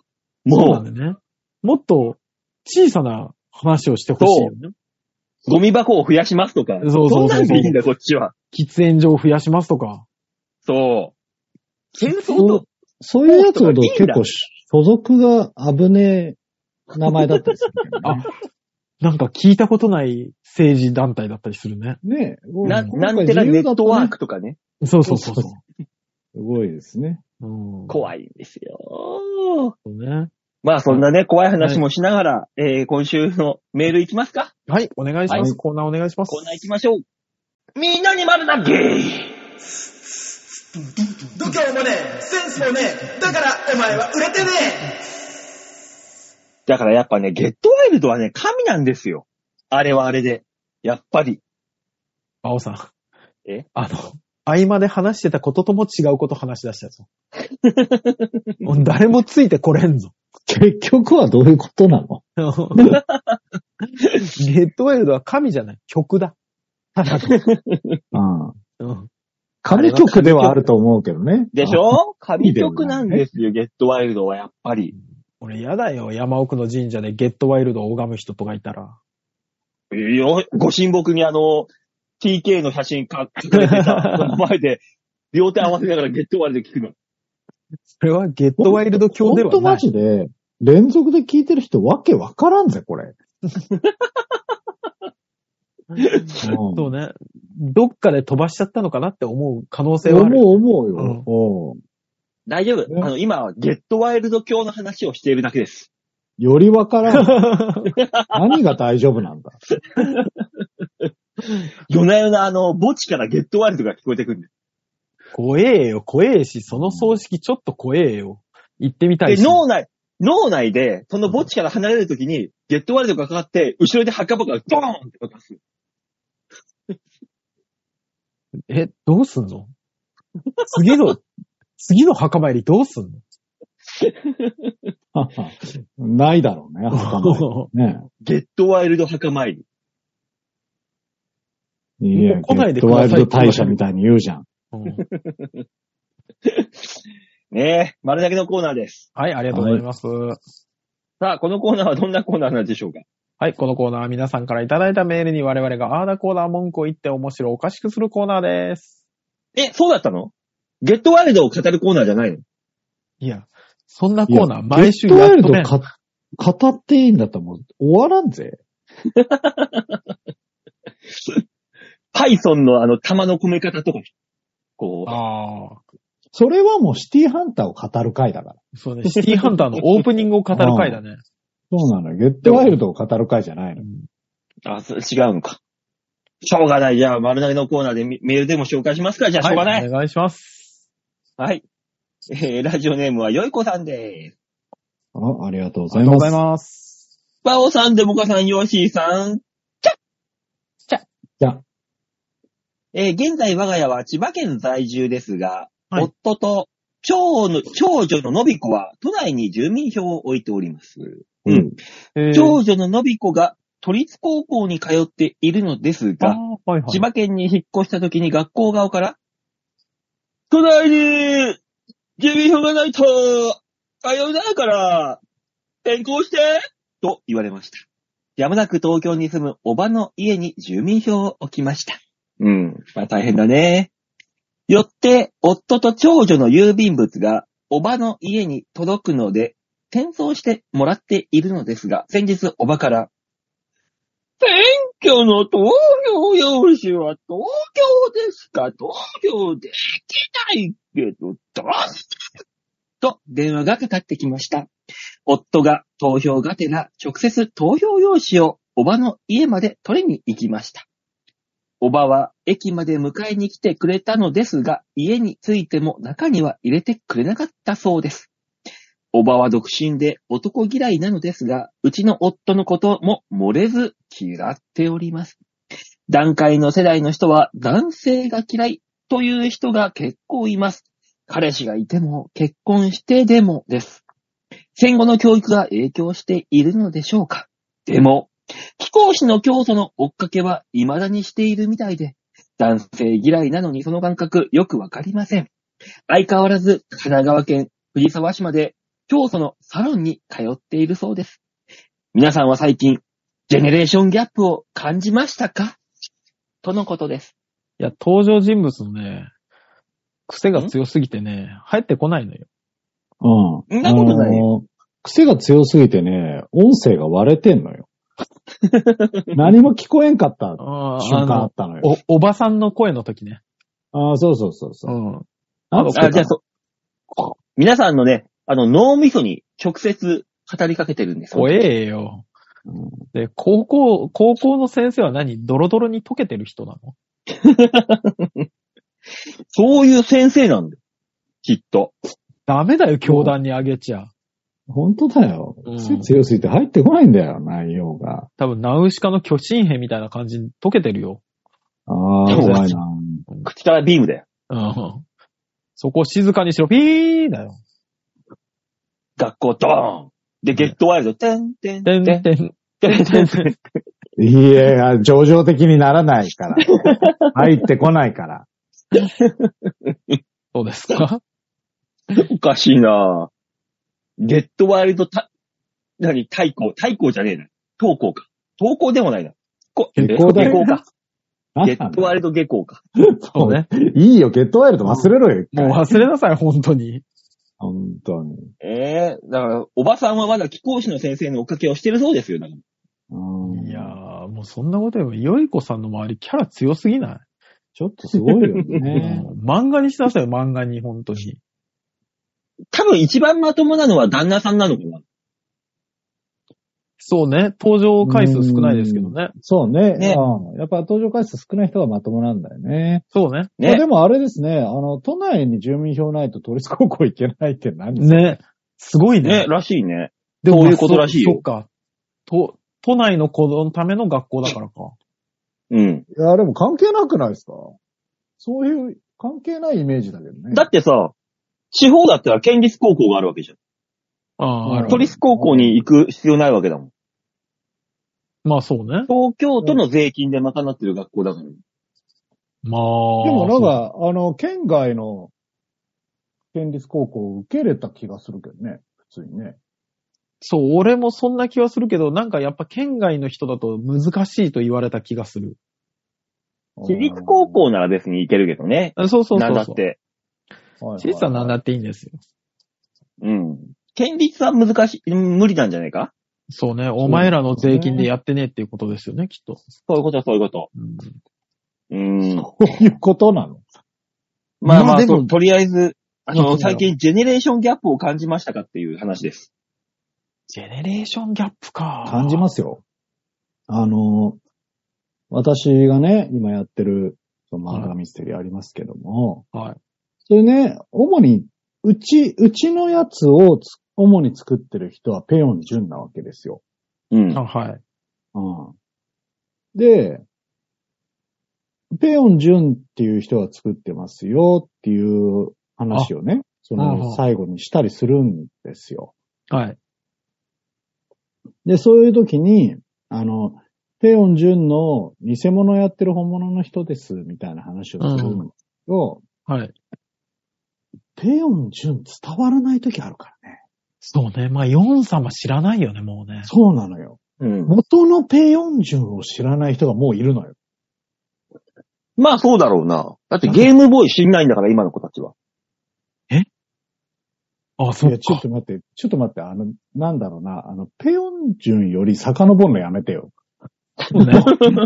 そうなん
も
だよね。もっと小さな話をしてほしいよね。
う、ゴミ箱を増やしますとか。
そうそうそうそうん
なんでいいんだ、こっちは。
喫煙所を増やしますとか。
そう。戦争と、
[LAUGHS] そういうやつほど結構し所属が危ねえ名前だったりするけどね。
[LAUGHS]
なんか聞いたことない政治団体だったりするね。
ねえ。
な、
今
な
回
んてら
自
ネ
由だ
ット
とね
ワークとかね。
そうそうそうそ
そうそうすごいですね。
う。うん。
怖いんですよ。
いね。
まあそんなね、怖い話もしながら、えー、今週のメールいきますか
はい、お願いしま
はい
す。コーナーお願いします。
コーナー行きましょう。みんなに丸投げ
度胸もねえセンスもねえだからお前は売れてね
だからやっぱね、ゲットワイルドはね、神なんですよ。あれはあれで。やっぱり。
青さん。
え
あの、合間で話してたこととも違うこと話し出した [LAUGHS] ぞ。もう誰もついてこれん [LAUGHS] ぞ。
結局はどういうことなの
ゲットワイルドは神じゃない。曲だ。ただの
うん。
うん
神曲ではあると思うけどね。
でしょ神曲なんですよ、ゲットワイルドはやっぱり。
俺嫌だよ。山奥の神社でゲットワイルドを拝む人とかいたら。
いやご神木にあの、TK の写真か、隠れて [LAUGHS] た、その前で、両手合わせながらゲットワイルド聞くの。
それはゲットワイルド教で
本
はない。
当マジで、連続で聞いてる人わけわからんぜ、
[LAUGHS]
これ。うん
そうね。どっかで飛ばしちゃったのかなって思う可能性はある。
思う、思うよ。
大丈夫。
ね
あの、今はゲットワイルド教の話をしているだけです。
よりわか
[LAUGHS]
らん。何が大丈夫なんだ。
夜な夜なあの、墓地からゲットワイルドが聞こえてくるんで
怖えよ、怖えし、その葬式ちょっと怖えよ。行ってみたい
す。
し。
で、脳内、脳内で、その墓地から離れるときに、ゲットワイルドがかかって、後ろで墓場がドーンって爆発する。
え、どうすんの次 [LAUGHS] の、次の墓参りどうすんの
ないだろうね、墓
[LAUGHS]
場ね。
ゲットワイルド墓参り。
いや、
もう来ないでく
ゲット
ださ
ワ
い
イルド大社みたいに言うじゃん。
うん
ねえ、丸投げのコーナーです。
はい、ありがとうございます。
さあ、このコーナーはどんなコーナーなんでしょうか
はい、このコーナーは皆さんからいただいたメールに我々があーだコーナー文句を言って面白おかしくするコーナーです。
え、そうだったのゲットワイルドを語るコーナーじゃないの
いや、そんなコーナー毎週
ゲット
や
ワ
っ
イル
と
ド
ね、
か語っていいんだったらもう終わらんぜ。
パイソンのあの、玉の込め方とか、こう、
ああ、
それはもうシティハンターを語る回だから。
そうね、シティーハンターのオープニングを語る回だね。
そうなのよ。ゲットワイルドを語る回じゃないの。
あ、そ違うのか。しょうがない。じゃあ、丸投げのコーナーでメメールでも紹介しますか。じゃあ、しょうがない。はい
は、
い。
お願いします。
えーラジオネームはよいこさんです。
あありがとう
あ
ござ
り
い
がとう
ま
ござい
す。
ます。
バオさん、デモカさん、ヨッシーさん。ちゃっ
ちゃっ
えー現在我が家は千葉県在住ですが、
はい
夫と長の長女ののびこは都内に住民票を置いております。う
うん。
えー
長女ののびこが都立高校に通っているのです
あ
が、
ーはいはい
千。葉県に引っ越した時に学校側から、都内に住民票がないと通えないから転校してと言われました。やむなく東京に住むおばの家に住民票を置きました。うん。まあ大変だね。よって、夫と長女の郵便物がおばの家に届くので、転送してもらっているのですが、先日おばから、選挙の投票用紙は東京ですか東京できないけど、どうしてと電話がかかってきました。夫が投票がてら直接投票用紙をおばの家まで取りに行きました。おばは駅まで迎えに来てくれたのですが、家に着いても中には入れてくれなかったそうです。おばは独身で男嫌いなのですが、うちの夫のことも漏れず嫌っております。段階の世代の人は男性が嫌いという人が結構います。彼氏がいても結婚してでもです。戦後の教育が影響しているのでしょうかでも、貴公子の教祖の追っかけは未だにしているみたいで、男性嫌いなのにその感覚よくわかりません。相変わらず神奈川県藤沢市まで教祖のサロンに通っているそうです。皆さんは最近、ジェネレーションギャップを感じましたかとのことです。
いや、登場人物のね、癖が強すぎてね、入ってこないのよ。
うん。
んなことない
あのー癖が強すぎてね、音声が割れてんの
[LAUGHS]
よ。何も聞こえんかった
あー
瞬
あ
間あ
の
っ、たのよ。
お、おばさんの声の時ね。
ああ、そうそうそうそうう。
ん。
あ
あ
あ、じゃあ、そう。皆さんのね、あの、脳みそに直接語りかけてるんですよ。
怖えよ。
うん
で、高校、高校の先生は何ドロドロに溶けてる人なの
そういう先生なんだよ。きっと。
ダメだよ、教団にあげちゃ。
本当だよ
うん。
癖強すぎて入ってこないんだよ、内容が。
多分、ナウシカの巨神兵みたいな感じに溶けてるよ。
ああ、怖いな。
口からビームだよ。
うん。そこを静かにしろ、ピーだよ。
学校ドーンで、ゲットワイルド、てんてんて
て
ん
ん
て
て
ん
ん、てん
てんてん。
いいえ、あ上場的にならないから。入ってこないから。
そうですか [LAUGHS]
おかしいなぁゲットワイルドた、なに、太鼓太鼓じゃねえな。投稿か。投稿でもないな。こ
下校だよ
下校か。ゲ
何な
ッ
ん
ト
だ
ワイルド下校か。
[LAUGHS] そう [LAUGHS] ね。
いいよ、ゲットワイルド忘れろよ、一
もう
回
忘れなさい、本当に。
本当に。
ええだから、おばさんはまだ貴公子の先生の追っかけをしてるそうですよ。だから
うん
いやー、もうそんなことより、よいこさんの周りキャラ強すぎない、
ちょっとすごいよね。
[LAUGHS] うん漫画にしなさいよ、漫画に、本当に。
多分一番まともなのは旦那さんなのかな。
そうね。登場回数少ないですけどね。
そうね。
ね
うんやっぱ登場回数少ない人がまともなんだよね。
そうね。
まあで
ね。
もあれですね、あの、都内に住民票ないと都立高校行けないって何ですか
ね。すごいね。
ね、らしいね。
でも
そういうことらしいよ
そっか。と、都内の子供のための学校だからか。
うん。
いや、でも関係なくないですかそういう、関係ないイメージだけどね。
だってさ、地方だったら県立高校があるわけじゃん。
ああ、あ
うん
る
都立高校に行く必要ないわけだもん。
まあそうね。
東京都の税金で賄ってる学校だから。
まあ。
でもなんか、あの、県外の県立高校を受け入れた気がするけどね。普通にね。
そう、そう俺もそんな気はするけど、なんかやっぱ県外の人だと難しいと言われた気がする。
私立高校なら別に行けるけどね。
あそうそうそうそう。
なんだっ。て。
はいはい
私立はなんだっていいんですよ。
うん。県立は難しい、無理なんじゃないか
そうね。お前らの税金でやってねえっていうことですよね、きっと。
そういうこと、そういうこと。
うん
うん。
こういうことなの。
まあ
ま
ま
あ
あ、
でも
ととりあえず、あ
いい
の、
んだろ
最
う
近ジェネレーションギャップを感じましたかっていう話です。
ジェネレーションギャップか。
感じますよ。あの、私がね、今やってるその漫画ミステリーありますけども、
はい。
それね、主に、うち、うちのやつをつ主に作ってる人はペヨンジュンなわけですよ。
うん
あ。はい。
うんで、ペヨンジュンっていう人が作ってますよっていう話をね、そ
うんう
の
ん
最後にしたりするんですよ。
はい。
で、そういう時に、あの、ペヨンジュンの偽物やってる本物の人ですみたいな話をするんですけど、
はい。
ペヨンジュン伝わらない時あるからね。
そうね。まあ、ヨン様知らないよね、もうね。
そうなのよ。
うん。
元のペヨンジュンを知らない人がもういるのよ。
まあそうだろうな。だってゲームボーイ知んないんだから、今の子たちは。
あ、
い
そ
や、
う
ちょっ
か。
と待って、ちょっと待って、あの、なんだろうな、あの、ペヨンジュンより遡るのやめてよ。
[LAUGHS] そうね。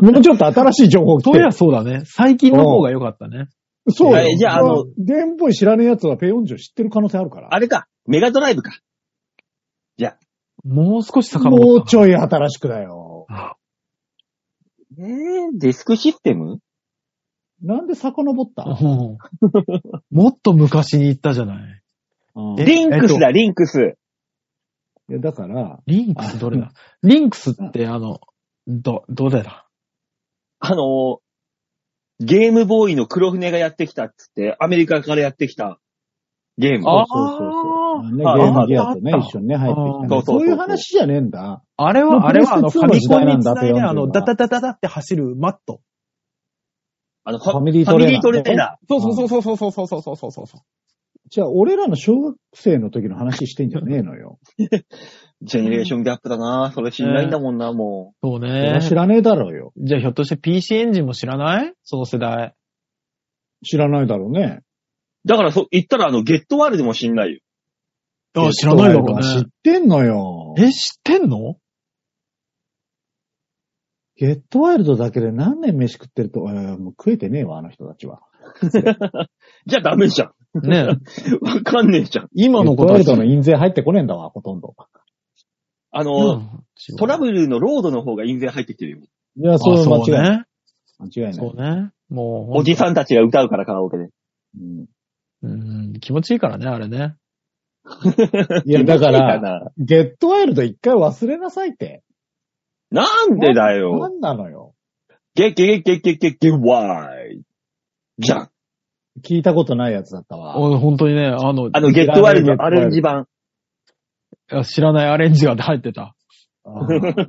もうちょっと新しい情報来
そうい
て
や、。そうだね。最近の方が良かったね。
そう
いや
よ。
じゃああの、
ゲームボーイ知らねえ奴はペヨンジュン知ってる可能性あるから。
あれか、メガドライブか。
もう少し遡ったな。
もうちょい新しくだよ。
えー、ディスクシステム
なんで遡った
うんもっと昔に行ったじゃない。
うんい
リンクスだ、リンクス。
や、だから、
リンクスどれだリンクスってあの、ど、どれだ
あのー、ゲームボーイの黒船がやってきたっつって、アメリカからやってきたゲーム。
あ
そうそうそうそう。ね、
あー
ゲームギアとね
あっ、た
一緒にね、入ってきたね
そうそうそう
そういう話じゃねえんだ。
あれ
もう
は、あれはあの、フ
プ
ァ
レ
ミ
ステ2
コ
の
ン
時
に
代なんだ
繋いで、あ
ペヨン
の、
ジュンは
ダダダダダって走るマット。
あの、フ
ファ
ァ
ミリート
ファミ
レ
リ
ー
ート
ナ
レ
ーね
ー。ナ
そうそうそうそうそうそうそうそうそうそうそう。
じゃあ、俺らの小学生の時の話してんじゃねえのよ。
ー。ジェネレーションギャップだなそれ知んないんだもんな、も
そう
それ
ね
は。知らねえだろうよ。
じゃあひょっとして PC エンジンも知らないその世代。
知らないだろうね。
う。だから、そう、言ったらあの、ゲットワールドも知んないよ。
あ、知らないだろう
知っ
ね。
てんのよ。
え、知ってんの
ゲットワイルドだけで何年飯食ってると、えーもう食えてねえわ、あの人たちは。
じゃあダメじゃん。
ねえ
わかんねえじゃん。
ゲ
今の
ッ
子
トワイ
た
ル
ち
ドの印税入ってこねえんだわ、ほとんど。
あのー、
[LAUGHS] うん
トラブルのロードの方が印税入ってきてるよ。
いや、
あ
そ
そう
いう間
う
違いない。
ね。
間違いな
そ
い。
うね。もう、
おじさんたちが歌うからカラオケで。
うん
うん、気持ちいいからね、あれね。
[LAUGHS]
いや、だ
い
か
い
ら、
な
ゲットワイルド一回忘れなさいって。
なんでだ
な
よ。
んなのよ。
ゲゲゲゲゲゲゲワイ。じゃん。
聞いたことないやつだったわ。
お本当にね、あの、
あの、ゲットワイルドのアレンジ版。
いや知らないアレンジが入ってた。
あー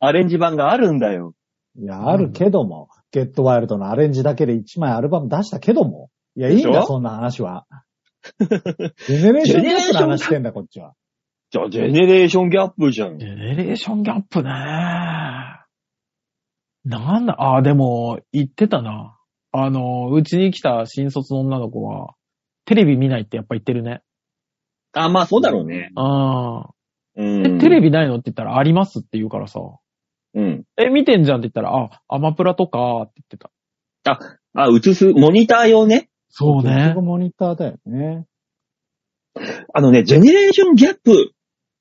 アレンジ版があるんだよ。
いや、あるけども、ゲットワイルドのアレンジだけで1枚アルバム出したけども。いや、いいん
でし
だ、
ょ
そんな話は。ジェネレーションギャップの話してんだ、こっちは。
じゃあ、ジェネレーションギャップじゃん
ジ。ェネレーションギャップね。なんだ、あ、でも、言ってたな。あの、うちに来た新卒の女の子は、テレビ見ないってやっぱ言ってるね。
あ、まあ、そうだろうね。
あ
う
あ、
ん。
えテレビないのって言ったら、ありますって言うからさ。
うん。
え、見てんじゃんって言ったら、あ、アマプラとかって言ってた。
あ、映す、モニター用ね。
そう
結
ね
局。モニターだよね。
あのね、ジェネレーションギャップ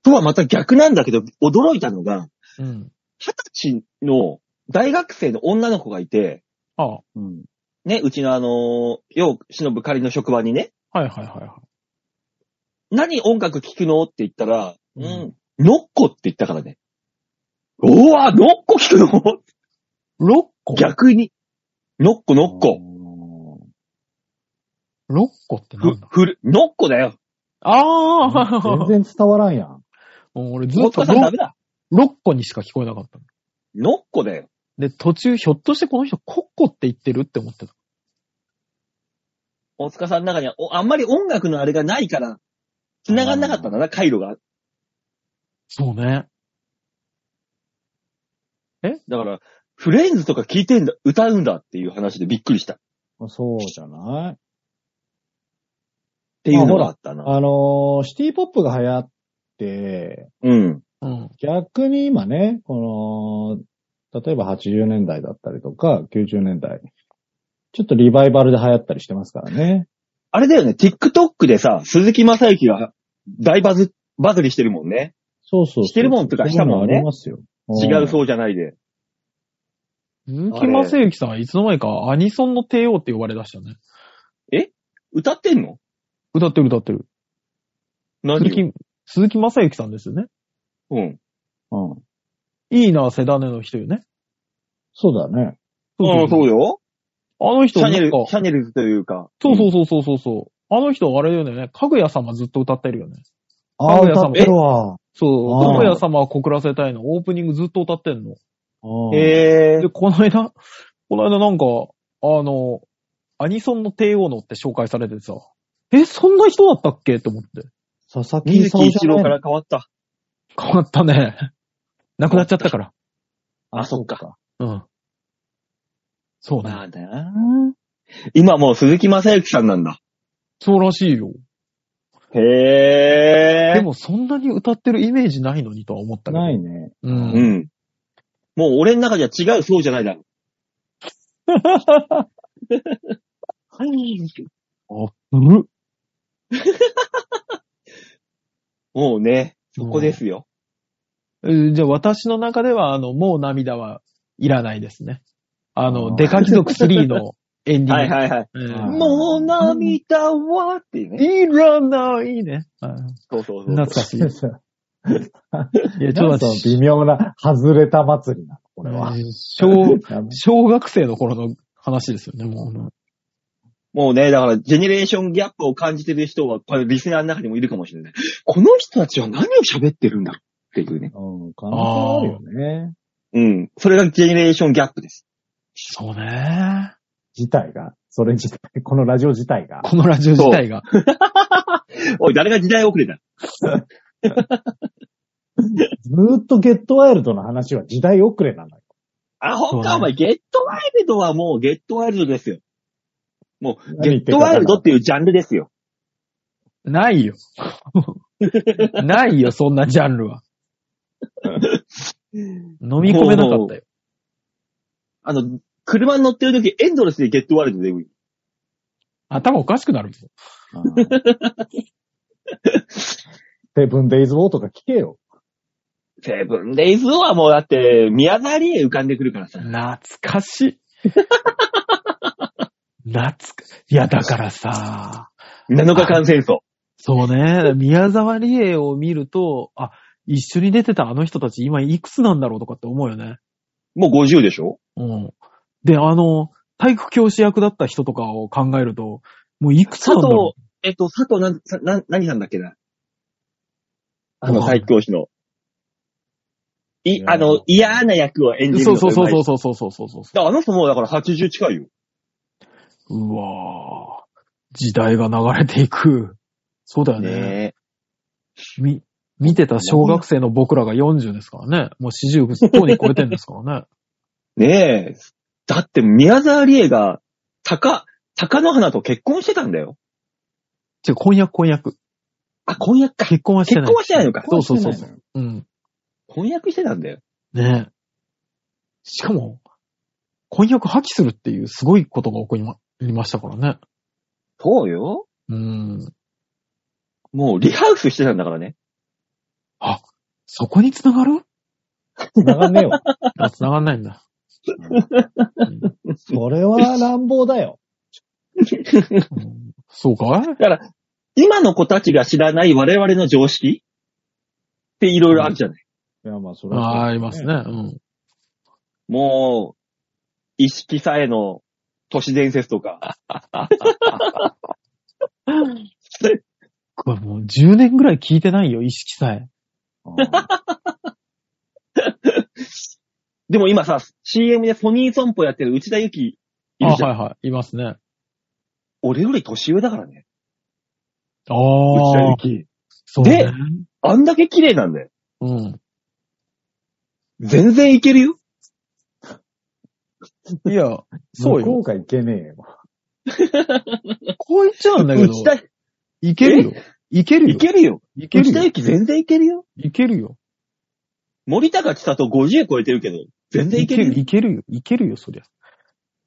とはまた逆なんだけど、驚いたのが、
うん。
二十歳の大学生の女の子がいて、
ああ、はい
うん。
ね、うちのあの、よう、忍ぶ仮の職場にね、
はいはいは
何音楽聴くのって言ったら、
う
うんん、ノッコって言ったからね。うわ、ノッコ聴くの
い。6個
逆に。ノッコ、ノッコ。
コ。
?6 個ってな
ふ
んだ、
ふる、ノッコだよ。
ああ、はいはいはい。
全然伝わらんやん。
[LAUGHS] もう俺ず
大
っと
塚さんダ
6,
メだ。
個にしか聞こえなかった。
ノッコだよ。
で、途中ひょっとしてこの人コッコって言ってるって思ってた。
大塚さんの中には、おあんまり音楽のあれがないから、繋がんなかったんだな、回路が。
そうね。
だから、フレンズとか聴いてんだ、歌うんだっていう話でびっくりした。っ
そうじゃない
ていうのがあったな。
あのーシティポップが流行って、
うん。
うん。
逆に今ね、この、例えば80年代だったりとか、90年代。ちょっとリバイバルで流行ったりしてますからね。
あれだよね、TikTok でさ、鈴木正幸が大バズ、バズりしてるもんね。
そうそうそう。
してるもんとかしたもんね
そういうのありますよ。
違う
う
そうじゃないで。
鈴木正幸さんはいつの間にかアニソンの帝王って呼ばれ出したね。
歌ってんの
歌ってる歌ってる。
何
鈴
を
木、鈴木正幸さんですよね。
うん。
ん。うん。
いいな、セダネの人よね。
そうだね。
ああ、そうよ。
あの
シ
人
ャ
なん
ネル、シ
か、
ャネルズというか。
そうそうそうそうそうそう。あの人、あれだよね。かぐや様ずっと歌ってるよね。
ああ、
かぐや
歌
様
ってるわ。
そう。
あー
かぐや様は告らせたいの。オープニングずっと歌ってんの。
ああ
へえ
で、。この間、この間なんか、あの、アニソンの帝王のって紹介されてさ、え、そんな人だったっけって思って。
佐々木
水
さん
木
じ
一
ゃな
郎
い
から変わった。
変わったね。 [LAUGHS] 亡くなっちゃったから。
あそっか。
うん。そうね。
あな今もう鈴木正幸さんなんだ。
そうらしいよ。
へえ。
でもそんなに歌ってるイメージないのにとは思ったけど。
な
[LAUGHS]
いね。
う。
うんん。もう俺の中じゃ違う、そうじゃないだろ。
うん。
もうね、そこですよ。
えーじゃあ私の中では、あの、もう涙はいらないですね。あ
あ
の、
ー
デカ貴族3のエンディング。
はいはいはい。
うん
はい
もう涙はっていうね。
いらないね。うん
そうそうそう。
懐かしい。いや、ち
ちょ
ょっと
っと
待って
微妙な、外れた祭りなの、これは。
うん小、
やばい
小学生の頃の話ですよね、もう。
もうね、だから、ジェネレーションギャップを感じてる人は、これ、リスナーの中にもいるかもしれない。この人たちは何を喋ってるんだろうっていうね。
うん、可能性あるよね。
うん。それがジェネレーションギャップです。
そうね。
自体が。それ自体、このラジオ自体が。
このラジオ自体が。
[LAUGHS] おい、誰が時代遅れだ。
ずーっとゲットワイルドの話は時代遅れなんだよ。
あ、ほん
そうね
か、お前、ゲットワイルドはもう、ゲットワイルドですよ。もう、ゲ
何言っ
ッ
てる
ト
か
ワイルドっていうジャンルですよ。
ないよ。ないよ、そんなジャンルは。飲み込めなかったよ。
あの、車に乗ってる時、エンドレスでゲットワイルドで、
頭おかしくなるぞ。
セブンデイズウォーとか聞けよ。
セブンデイズはもう、だって、宮沢りえ浮かんでくるからさ。
懐かしい。 [LAUGHS] 懐か、いや、だからさ、
7日間戦争。
そうね、宮沢りえを見ると、あ、一緒に出てたあの人たち今いくつなんだろうとかって思うよね。
もう50でしょ
うん。で、あの、体育教師役だった人とかを考えると、もういくつな
佐
んだろ
藤、えっと、佐藤なん、さなん、何さんだっけなあの、
わかんない
最強師の。い
い、や
あの、嫌な役を演
う
じるの
そう
が
そうそう
まい
そうそうそうそうそう。
だからあの人もうだから80近いよ。
うわぁ。時代が流れていく。そうだよね。
ね
み、見てた小学生の僕らが40ですからね。もう40すっぽに超えてんですからね。
え。ねえ。だって宮沢りえが、高、高野花と結婚してたんだよ。
違う、婚約婚約。
あ、婚約か。
結婚はしてない。
結婚はしてないのか
そうそうそう
こ
そう。
うしてないのよ
うん。
婚約してたんだよ。
ねえ。しかも、婚約破棄するっていうすごいことが起こりまりましたからね。
そうよ。
うん。
もうリハウスしてたんだからね。
そこに繋がる
長ねえわ。
あ、繋がんないんだ。
それは乱暴だよ。
うん [LAUGHS] そうかい
今の子たちが知らない我々の常識っていろいろあるじゃない。
いや、まあ、それは
あ
そう
ーありますね。うん。
もう、意識さえの都市伝説とか。
これもう10年ぐらい聞いてないよ、意識さえ。
あ
でも今さ、CM でソニーソンポやってる内田ゆきい
あ
るじゃん。
はいはい。いますね。
俺より年上だからね。
あ
内田
あ
ゆ。き。
そうね
であんだけ綺麗なんだよ。
うん。
全然いけるよ。
いや、
ー
そう
向こ
よ。
うがいけねえよ。
こう言っちゃうんだけど、
内田、
いけるよ。いけるよ。
いけるよ。
いける
内田
よ。
ゆき全然いけるよ。
いけるよ。
森高千里50超えてるけど、全然いけるよ。
いけるよ。いけるよ、そりゃ。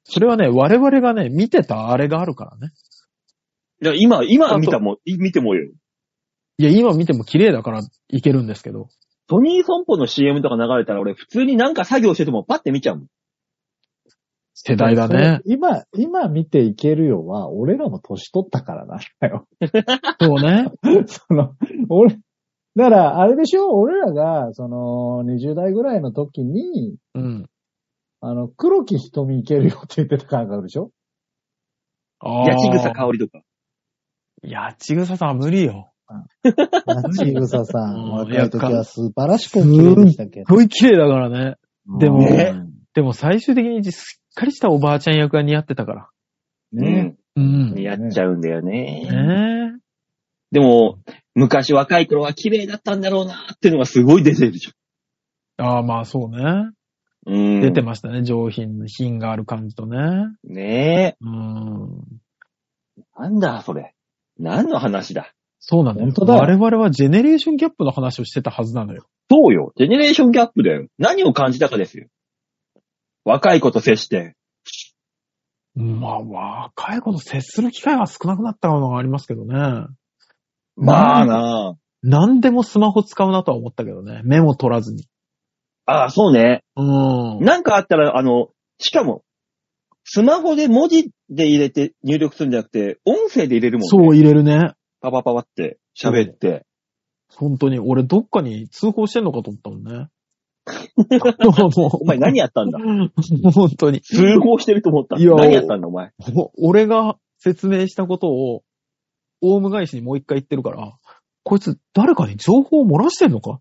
それはね、我々がね、見てたあれがあるからね。
だから今、今見たもん、い見てもよ。
いや、今見ても綺麗だからいけるんですけど。
ソニーソンポの CM とか流れたら俺普通になんか作業しててもパッて見ちゃうもん。
世代だね。
今、今見ていけるよは、俺らも年取ったからなんだよ。
そうね。
その、俺、だから、あれでしょ俺らが、その、20代ぐらいの時に、
うん。
あの、黒木瞳いけるよって言ってた感があるでしょ
あ
八千草香りとか。
り。いや、ちぐささんは無理よ。
ちぐささ、
うんん
若い時は素晴らしく綺麗でしたけ
すごい綺麗だからね。
ど。
でも
ね
でも最終的にすっかりしたおばあちゃん役が似合ってたから。
ね
うん。ね
似合っちゃうんだよね。
え。
でも、昔若い頃は綺麗だったんだろうなっていうのがすごい出てるじ
ああ、まあそうね。
ゃん。うん。
出てましたね。上品、品がある感じとね。
す。ね
うん。
え。なんだ、それ。何の話だ。
そうなんだよ。
本当だ
我々はジェネレーションギャップの話をしてたはずなのよ。
そうよ。ジェネレーションギャップだよ。何を感じたかですよ。若い子と接して。
まあ、若い子と接する機会は少なくなったのがありますけどね。
まあな
何でもスマホ使うなとは思ったけどね。メモ取らずに。
あ。ああ、そうね。
うん。
なんかあったら、あの、しかも、スマホで文字で入れて入力するんじゃなくて、音声で入れるもんね。
そう入れるね。
パパパパって、喋って。
本当に。俺どっかに通報してんのかと思ったもんね。も
お前何や
[LAUGHS]
ったんだ
う、本当に。
通報してると思った。
いや
何やったんだ、お前。
お俺が説明したことを、オウム返しにもう一回言ってるから、こいつ誰かに情報を漏らしてんのか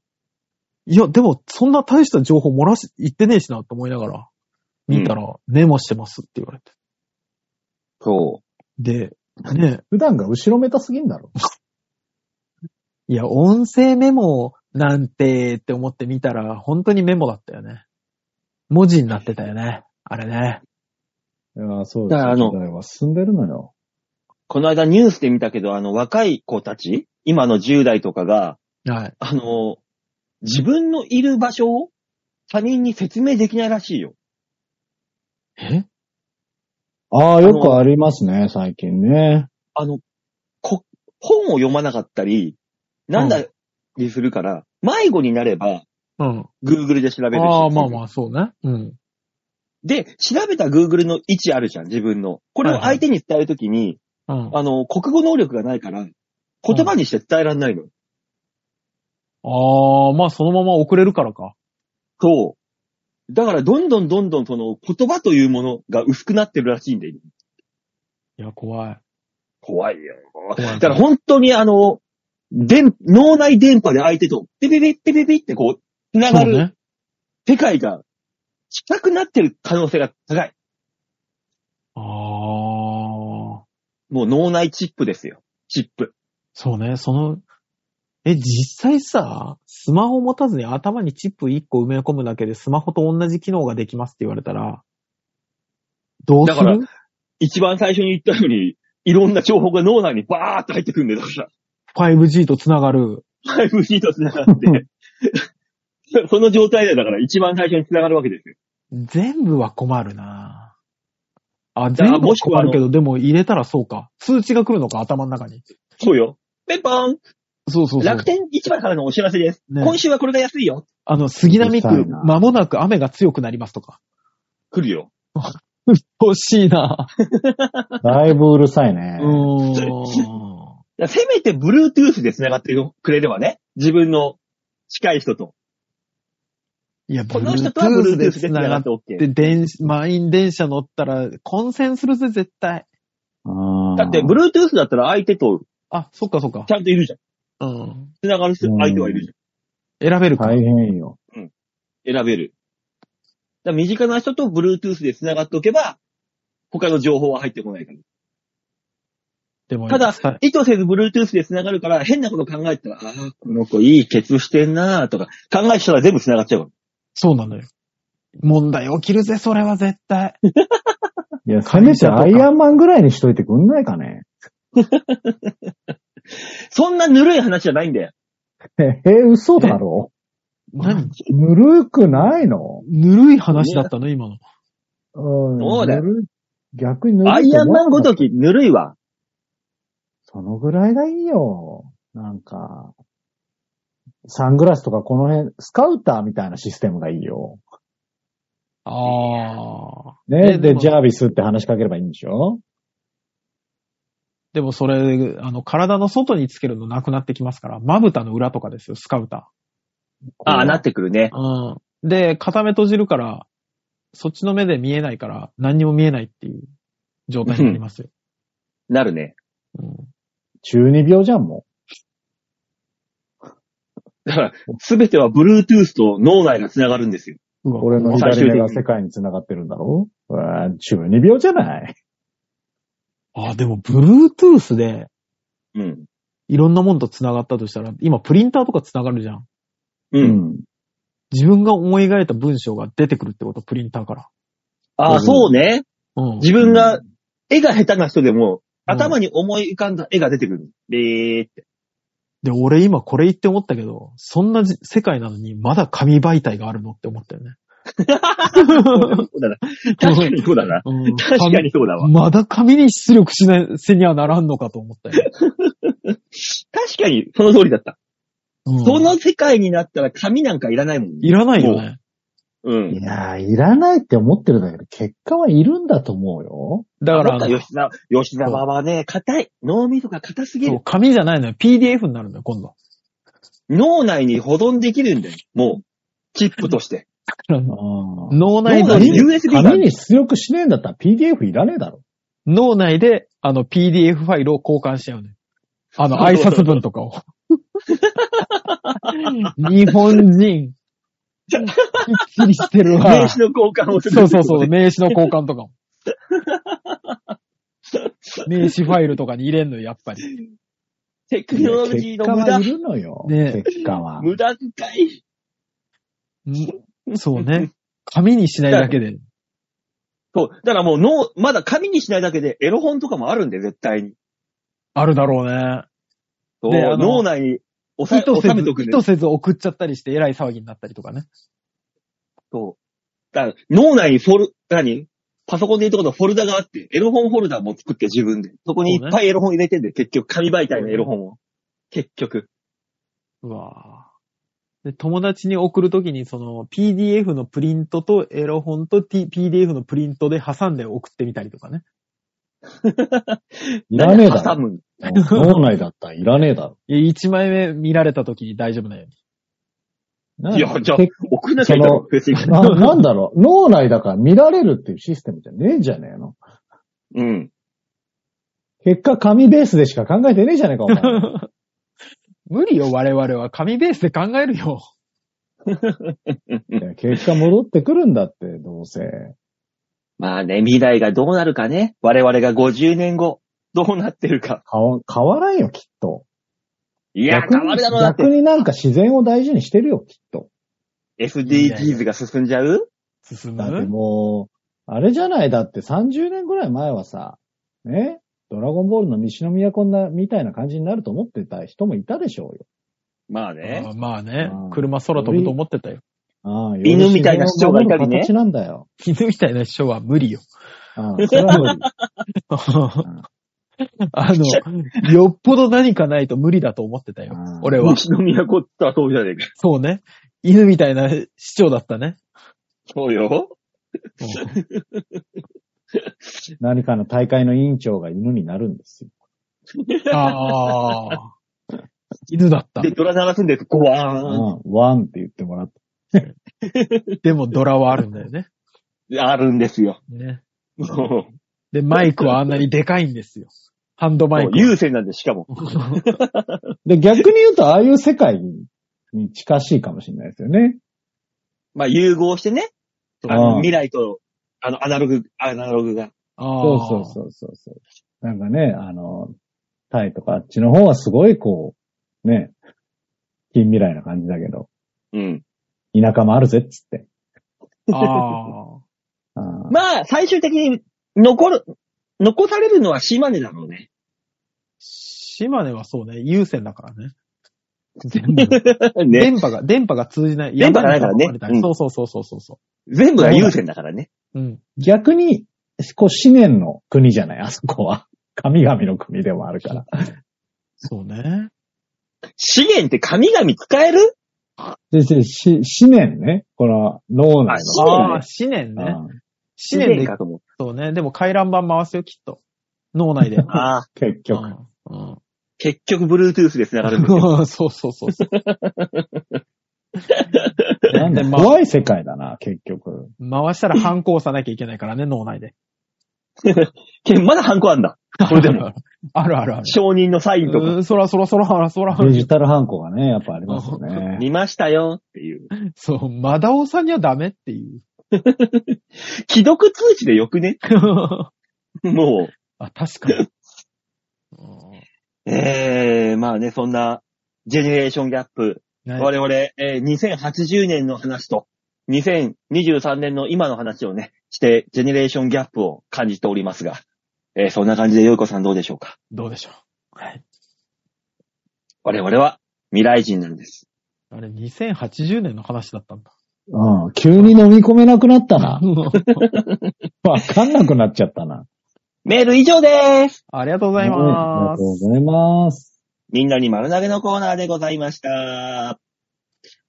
いや、でもそんな大した情報漏らし、言ってねえしなと思いながら、見たら、メモしてますって言われて。
そ
で、ね
普段が後ろめたすぎんだろ。
いや、音声メモなんてって思ってみたら、本当にメモだったよね。文字になってたよね。あれね。
いや、そう
だからあの
時代は進んでるのよ。
う。この間ニュースで見たけど、あの、若い子たち、今の10代とかが、
はい。
あの、自分のいる場所を他人に説明できないらしいよ。
え
ああ、よくありますね、最近ね。
あの、こ、本を読まなかったり、なん
う
だりするから、迷子になれば、
うん。
Google で調べるし
ああ、まあまあ、そうね。うん。
で、調べた Google の位置あるじゃん、自分の。これを相手に伝えるときに、
うん。
あの、国語能力がないから、言葉にして伝えられないの。
ああ、まあそのまま遅れるからか。
そう。だから、どんどんどんどんその言葉というものが薄くなってるらしいんで、
いや、怖い。
怖いよ。
怖い
だから本当にあの、電、脳内電波で相手と、ピピピピピピってこう、繋が
そう
る
ね。
世界が、近くなってる可能性が高い。
ああ、
もう脳内チップですよ。チップ。
そうね。その、え、実際さ、スマホ持たずに頭にチップ1個埋め込むだけでスマホと同じ機能ができますって言われたら、どうす
だから
る
一番最初に言ったように、いろんな情報が脳内にバーって入ってくるんで、だから。
5G と繋がる。
5G と繋がって。 [LAUGHS] その状態で、だから一番最初に繋がるわけですよ。
全部は困るなあ、
じゃあ
全部は
もしくは
困るけど、でも入れたらそうか。通知が来るのか、頭の中に。
そうよ。ペンポーン
そうそうそう
楽。天市場からのお知らせです。
ね
今週はこれが安いよ。
あの、杉並区
うるさい、な
まもなく雨が強くなりますとか。
来るよ。
欲しいな。
だいぶうるさいね
う。ーん。
だからせめて Bluetooth で繋がってくれればね。自分の近い人と。
いや、
この人とは Bluetooth で繋がって OK。
で、電子、満員電車乗ったら混戦するぜ、絶対。
うん
だって、Bluetooth だったら相手と
あ、そっかそっか
ち。ゃんといるじゃん。
うん。
繋がる人相手はいるじ
選べるか。
大変よ。
ゃん。選べる。だから身近な人と Bluetooth で繋がっておけば、他の情報は入ってこないから。
でも
ただ
さ
意図せず Bluetooth で繋がるから、変なこと考えたら、ああ、この子いいケツしてんなーとか、考えた人は全部繋がっちゃうか
そうなのよ。問題起きるぜ、それは絶対。
いや、せめてアイアンマンぐらいにしといてくんないかね。
ら。そんなぬるい話じゃないんだよ。
[LAUGHS] え、え嘘だろ
何
ぬるくないの
ぬるい話だったの、今の。
うん。
そうだよ
ぬるい逆にぬる
ア
い
イ
と
アン
思わな
マン
か
ご
った
ときぬるいわ。
そのぐらいがいいよ。なんか、サングラスとかこの辺、スカウターみたいなシステムがいいよ。
ああ。
ね。
えで
で、
も
ジャービスって話しかければいいんでしょ
でもそれ、あの、体の外につけるのなくなってきますから、まぶたの裏とかですよ、スカウタ
ああ、なってくるね。
ー。うん。で、片目閉じるから、そっちの目で見えないから、何にも見えないっていう状態になりますよ。
なるね。
うん
中二病じゃん、も
だから、すべては Bluetooth と脳内が繋がるんですよ。
う
う。
わ
俺の
最終的
左目
に
が世界に繋がってるんだろうわー中二病じゃない。
あ、でも、Bluetooth で、
うん。
いろんなもんと繋がったとしたら、今、プリンターとか繋がるじゃん。
う。
うんん。
自分が思い描いた文章が出てくるってこと、プリンターから。
ああ、そうね。
うん。
自分が、絵が下手な人でも、頭に思い浮かんだ絵が出てくる。でーって。
で、俺今これ言って思ったけど、そんなじ世界なのにまだ紙媒体があるのって思ったよ
[LAUGHS]
ね。
そうだな。確かにそうだな。
うん
確かにそうだわ。
紙まだ紙に出力しないせにはならんのかと思ったよ。
確かに、その通りだった。
うん
その世界になったら紙なんかいらないもんね。
いらないよね。
うん
い。やー、いらないって思ってるだけど、結果はいるんだと思うよ。
だから、
な
あ
んか
の
吉沢、吉沢はね、硬い。脳みそが硬すぎ
そ
る
う。紙じゃないのよ。PDF になるのよ、今度。
脳内に保存できるんだよ。もう、チップとして。
うん。
脳内
脳
で
内に USB があ
紙
る
に出力しねえんだったら PDF いらねえだろ。
脳内で、あの、PDF ファイルを交換しちゃうね。あの、挨拶文とかを。日本
[LAUGHS]
人、きっちりしてるわ
名。刺の交換をする。
そうそうそう、。名刺の交換とかも。名刺ファイルとかに入れんのよ、やっぱり。
テクノロジー
結果
の無
は
駄
い。るのよ。
ねえ
結果は。
無駄遣い。
んそうね。紙にしないだけで。
そう。だからもう脳、まだ紙にしないだけでエロ本とかもあるんで、絶対に。
あるだろうね。
そう
であの
脳内に収
意
め
図せ
収め
ず
とく、ん
意
だ
図
よ。
せず送っちゃったりして、えらい騒ぎになったりとかね。
そう。だから脳内にフォル、何パソコンで言うとこのフォルダがあって、エロ本フォルダも作って自分で。そこにいっぱいエロ本入れてんで、結局紙媒体のエロ本を。結局。
うわぁで、友達に送るときに、その、PDF のプリントとエロ本と、T、PDF のプリントで挟んで送ってみたりとかね。
いらねえだ
挟
ろ。
むん
脳内だったらいらねえだろ。
いや、1枚目見られたときに大丈夫なように。
ない
や、じゃあ
結、
送んなきゃいいだろ、別に。
ななんだろう、脳内だから見られるっていうシステムじゃねえじゃねえの。
うん。
結果、紙ベースでしか考えてねえじゃねえか、
[LAUGHS]
お前。
無理よ、我々は。紙ベースで考えるよ。
いや結果戻ってくるんだって、どうせ。
まあね、未来がどうなるかね。我々が50年後、どうなってるか。
変わ変わらんよ、きっと。
いや、
逆に
変わるだろうなっ
逆
て。
になんか自然を大事にしてるよ、きっと。
いやいや
SDGs が進んじゃう
進
だって
む
もう、あれじゃない、だって30年ぐらい前はさ、ね、ドラゴンボールの西の都な、みたいな感じになると思ってた人もいたでしょうよ。
まあね
あ。まあね
うん、
車空飛ぶと思ってたよ。
ああ
犬みたいな主張がいたりね
より自然を守る形なんだよ。
[LAUGHS]
犬みたいな人は無理よ。
ああそれは無理。
あの、よっぽど何かないと無理だと思ってたよ。
あー
俺は。
西宮こったそうじゃねえか。
そうね。犬みたいな市長だったね。
そうよ。
うん
何かの大会の委員長が犬になるんですよ。
ああ。犬だった
で、。ドラ流すんです。ゴワーン。
うん。ワンって言ってもらって。
でもドラはあるんだよね。
あるんですよ。
ね。
も
で、マイクはあんなにでかいんですよ。ハンド
う、
マイ
も
ク
う。優先なんで、しかも。
で、逆に言うと、ああいう世界に近しいかもしれないですよね。
まあ、融合してね。あ
あ
の、
あ
未来と、あの、アナログ、アナログが。
そ
そう
そうそうそうそう。なんかね、あの、タイとかあっちの方はすごいこう、ね、近未来な感じだけど、
うん。
田舎もあるぜっつって。
う。ああ。
あー
まあ、最終的に残る、残されるのは島根だろうね。
島根はそうね、優先だからね。全部。
ね。
電波が、電波が通じない。
電波がないからね
山に囲まれたり
うん
そうそうそうそうそうそ
全部が優先だからね。
う。うん。
逆に、こう、思念の国じゃない、 [LAUGHS] あそこは。神々の国でもあるから。
そうね。
資源って神々使える
[LAUGHS] で、でし、思念ね。この、脳内
そうね
ああ、思念
の。
ね。
うん
思念で、
かと思う。
そうね。でも回覧板回すよ、きっと。脳内で。
[LAUGHS] ああ、
結
う
局。
ん。うん。
結局 Bluetooth で繋がる
[LAUGHS]
んですよ。
そうそうそうそう。
なんだ
でまあ
怖い世界だな、結局。
回したら反抗さなきゃいけないからね、脳内で。
けどまだハンコあんだ。これでも。
[LAUGHS] あるあるある。
承認のサインとか。
うんそらそらそらそらそら。
デジタルハンコがね、やっぱありますよね。
見ましたよっていう。
そう、マダオさんにはダメっ
[LAUGHS]
ていう。
既読通知でよくねも
あ、確かに。うん
う。ええまあね、そんな、ジェネレーションギャップ。
ね
我々、えー2080年の話と、2023年の今の話をね、して、ジェネレーションギャップを感じておりますが、えーそんな感じで、よいこさんどうでしょうか
どうでしょう。はい。
我々は未来人なんです。
あれ、2080年の話だったんだ。
うん。急に飲み込めなくなったな。 [LAUGHS] わかんなくなっちゃったな。
メール以上です
[LAUGHS] ありがとうござい
うんありが
ま
とう
す。
ございます。
みんなに丸投げのコーナーでございました。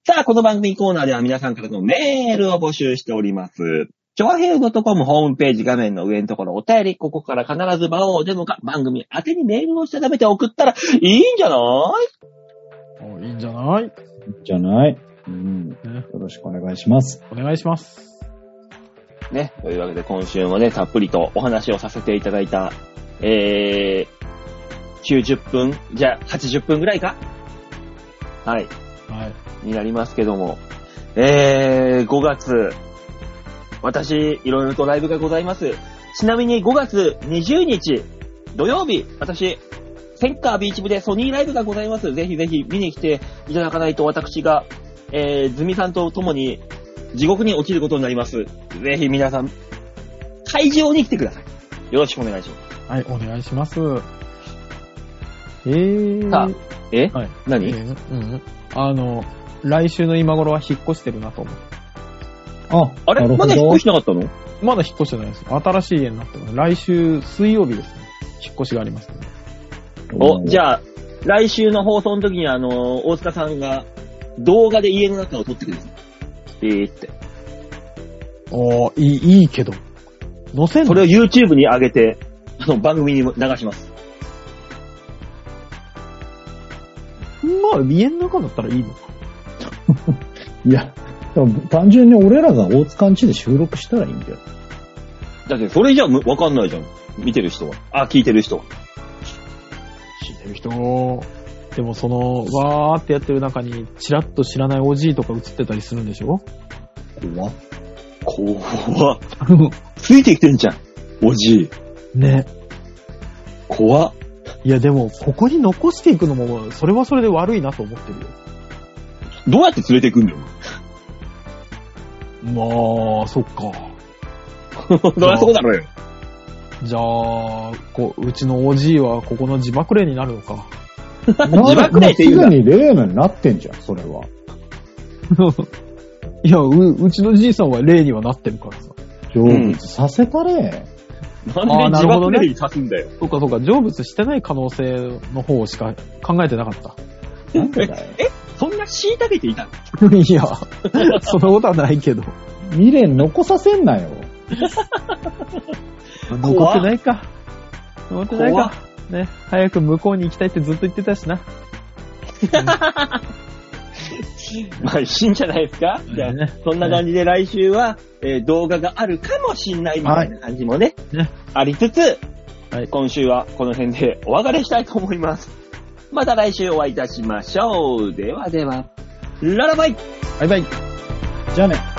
さあ、この番組コーナーでは皆さんからのメールを募集しております。ちょわへい .com ホームページ画面の上のところお便り、ここから必ず場をデモか番組宛てにメールをしたためて送ったらいいんじゃない
おいいんじゃない
じゃない。うん。よ
ね
ろしくお願いします。
お願いします。
ね。というわけで今週もね、たっぷりとお話をさせていただいた、えー、90分、じゃあ80分ぐらいかはい。
はい。
になりますけども、えー、5月、私、いろいろとライブがございます。ちなみに5月20日、土曜日、私、センカービーチ部でソニーライブがございます。ぜひぜひ見に来ていただかないと私が、えー、ズミさんと共に地獄に落ちることになります。ぜひ皆さん、会場に来てください。よろしくお願いします。
はい、お願いします。えー。
さえ
はい。え
何、
ーうん。あの、来週の今頃は引っ越してるなと思う。
あ、
あ
な
れ
るほ
まだ引っ
ど
越。しなかったの
まだ引っ越してないです。新しい家になってます。来週水曜日ですね。引っ越しがありますね。
お、じ
ゃ
ゃあ、来週の放送の時にあの、大塚さんが動画で家の中を撮ってくれる。えーって。
おー、いい、いいけど。乗せん
それを
の
YouTube に上げて、あの、番組にも流します。
まあ、家の中だったらいいのか。
いや、でも単純に俺らが大塚ん家で収録したらいいんだよ。
だって、それじゃむわかんないじゃん。見てる人は。あ、聞いてる人は。
聞いてる人でもその、わーってやってる中に、チラッと知らないおじいとか映ってたりするんでしょ
怖っ
怖っ。ついてきてんじゃん。おじい。
ね。
怖っ。
いやでも、ここに残していくのも、それはそれで悪いなと思ってるよ。
どうやって連れていく [LAUGHS] んだよ。
まあ、そっか。
そりゃそうだろうよ。
じゃあ、こう、うちのおじいはここの自爆霊になるの [LAUGHS] か。
自
爆霊って
す
言うな
ぐに例のになってんじゃん、それは。
いや、う、うちのじいさんは霊にはなってるからさ。
成仏させたれ。
な
あー
んで
な
自
るほ
爆
ど
テ
ね
レビ足すんだよ。
そうかそうか、成仏してない可能性の方しか考えてなかった。
なんでだよ。
そんな虐げていたの
[LAUGHS] いや、 [LAUGHS] そんなことはないけど。
未練残させんなよ。
残ってないか。残ってない
怖っ
か。ね、早く向こうに行きたいってずっと言ってたしな。
まあ、いいんじゃないですかじゃあ、
ね
そんな感じで来週は、えー動画があるかもしんないみたいな感じもね、
ね
ありつつ、
はい
今週はこの辺でお別れしたいと思います。また来週お会いいたしましょう。ではでは、ララバイ
バイバイ。
じゃあね。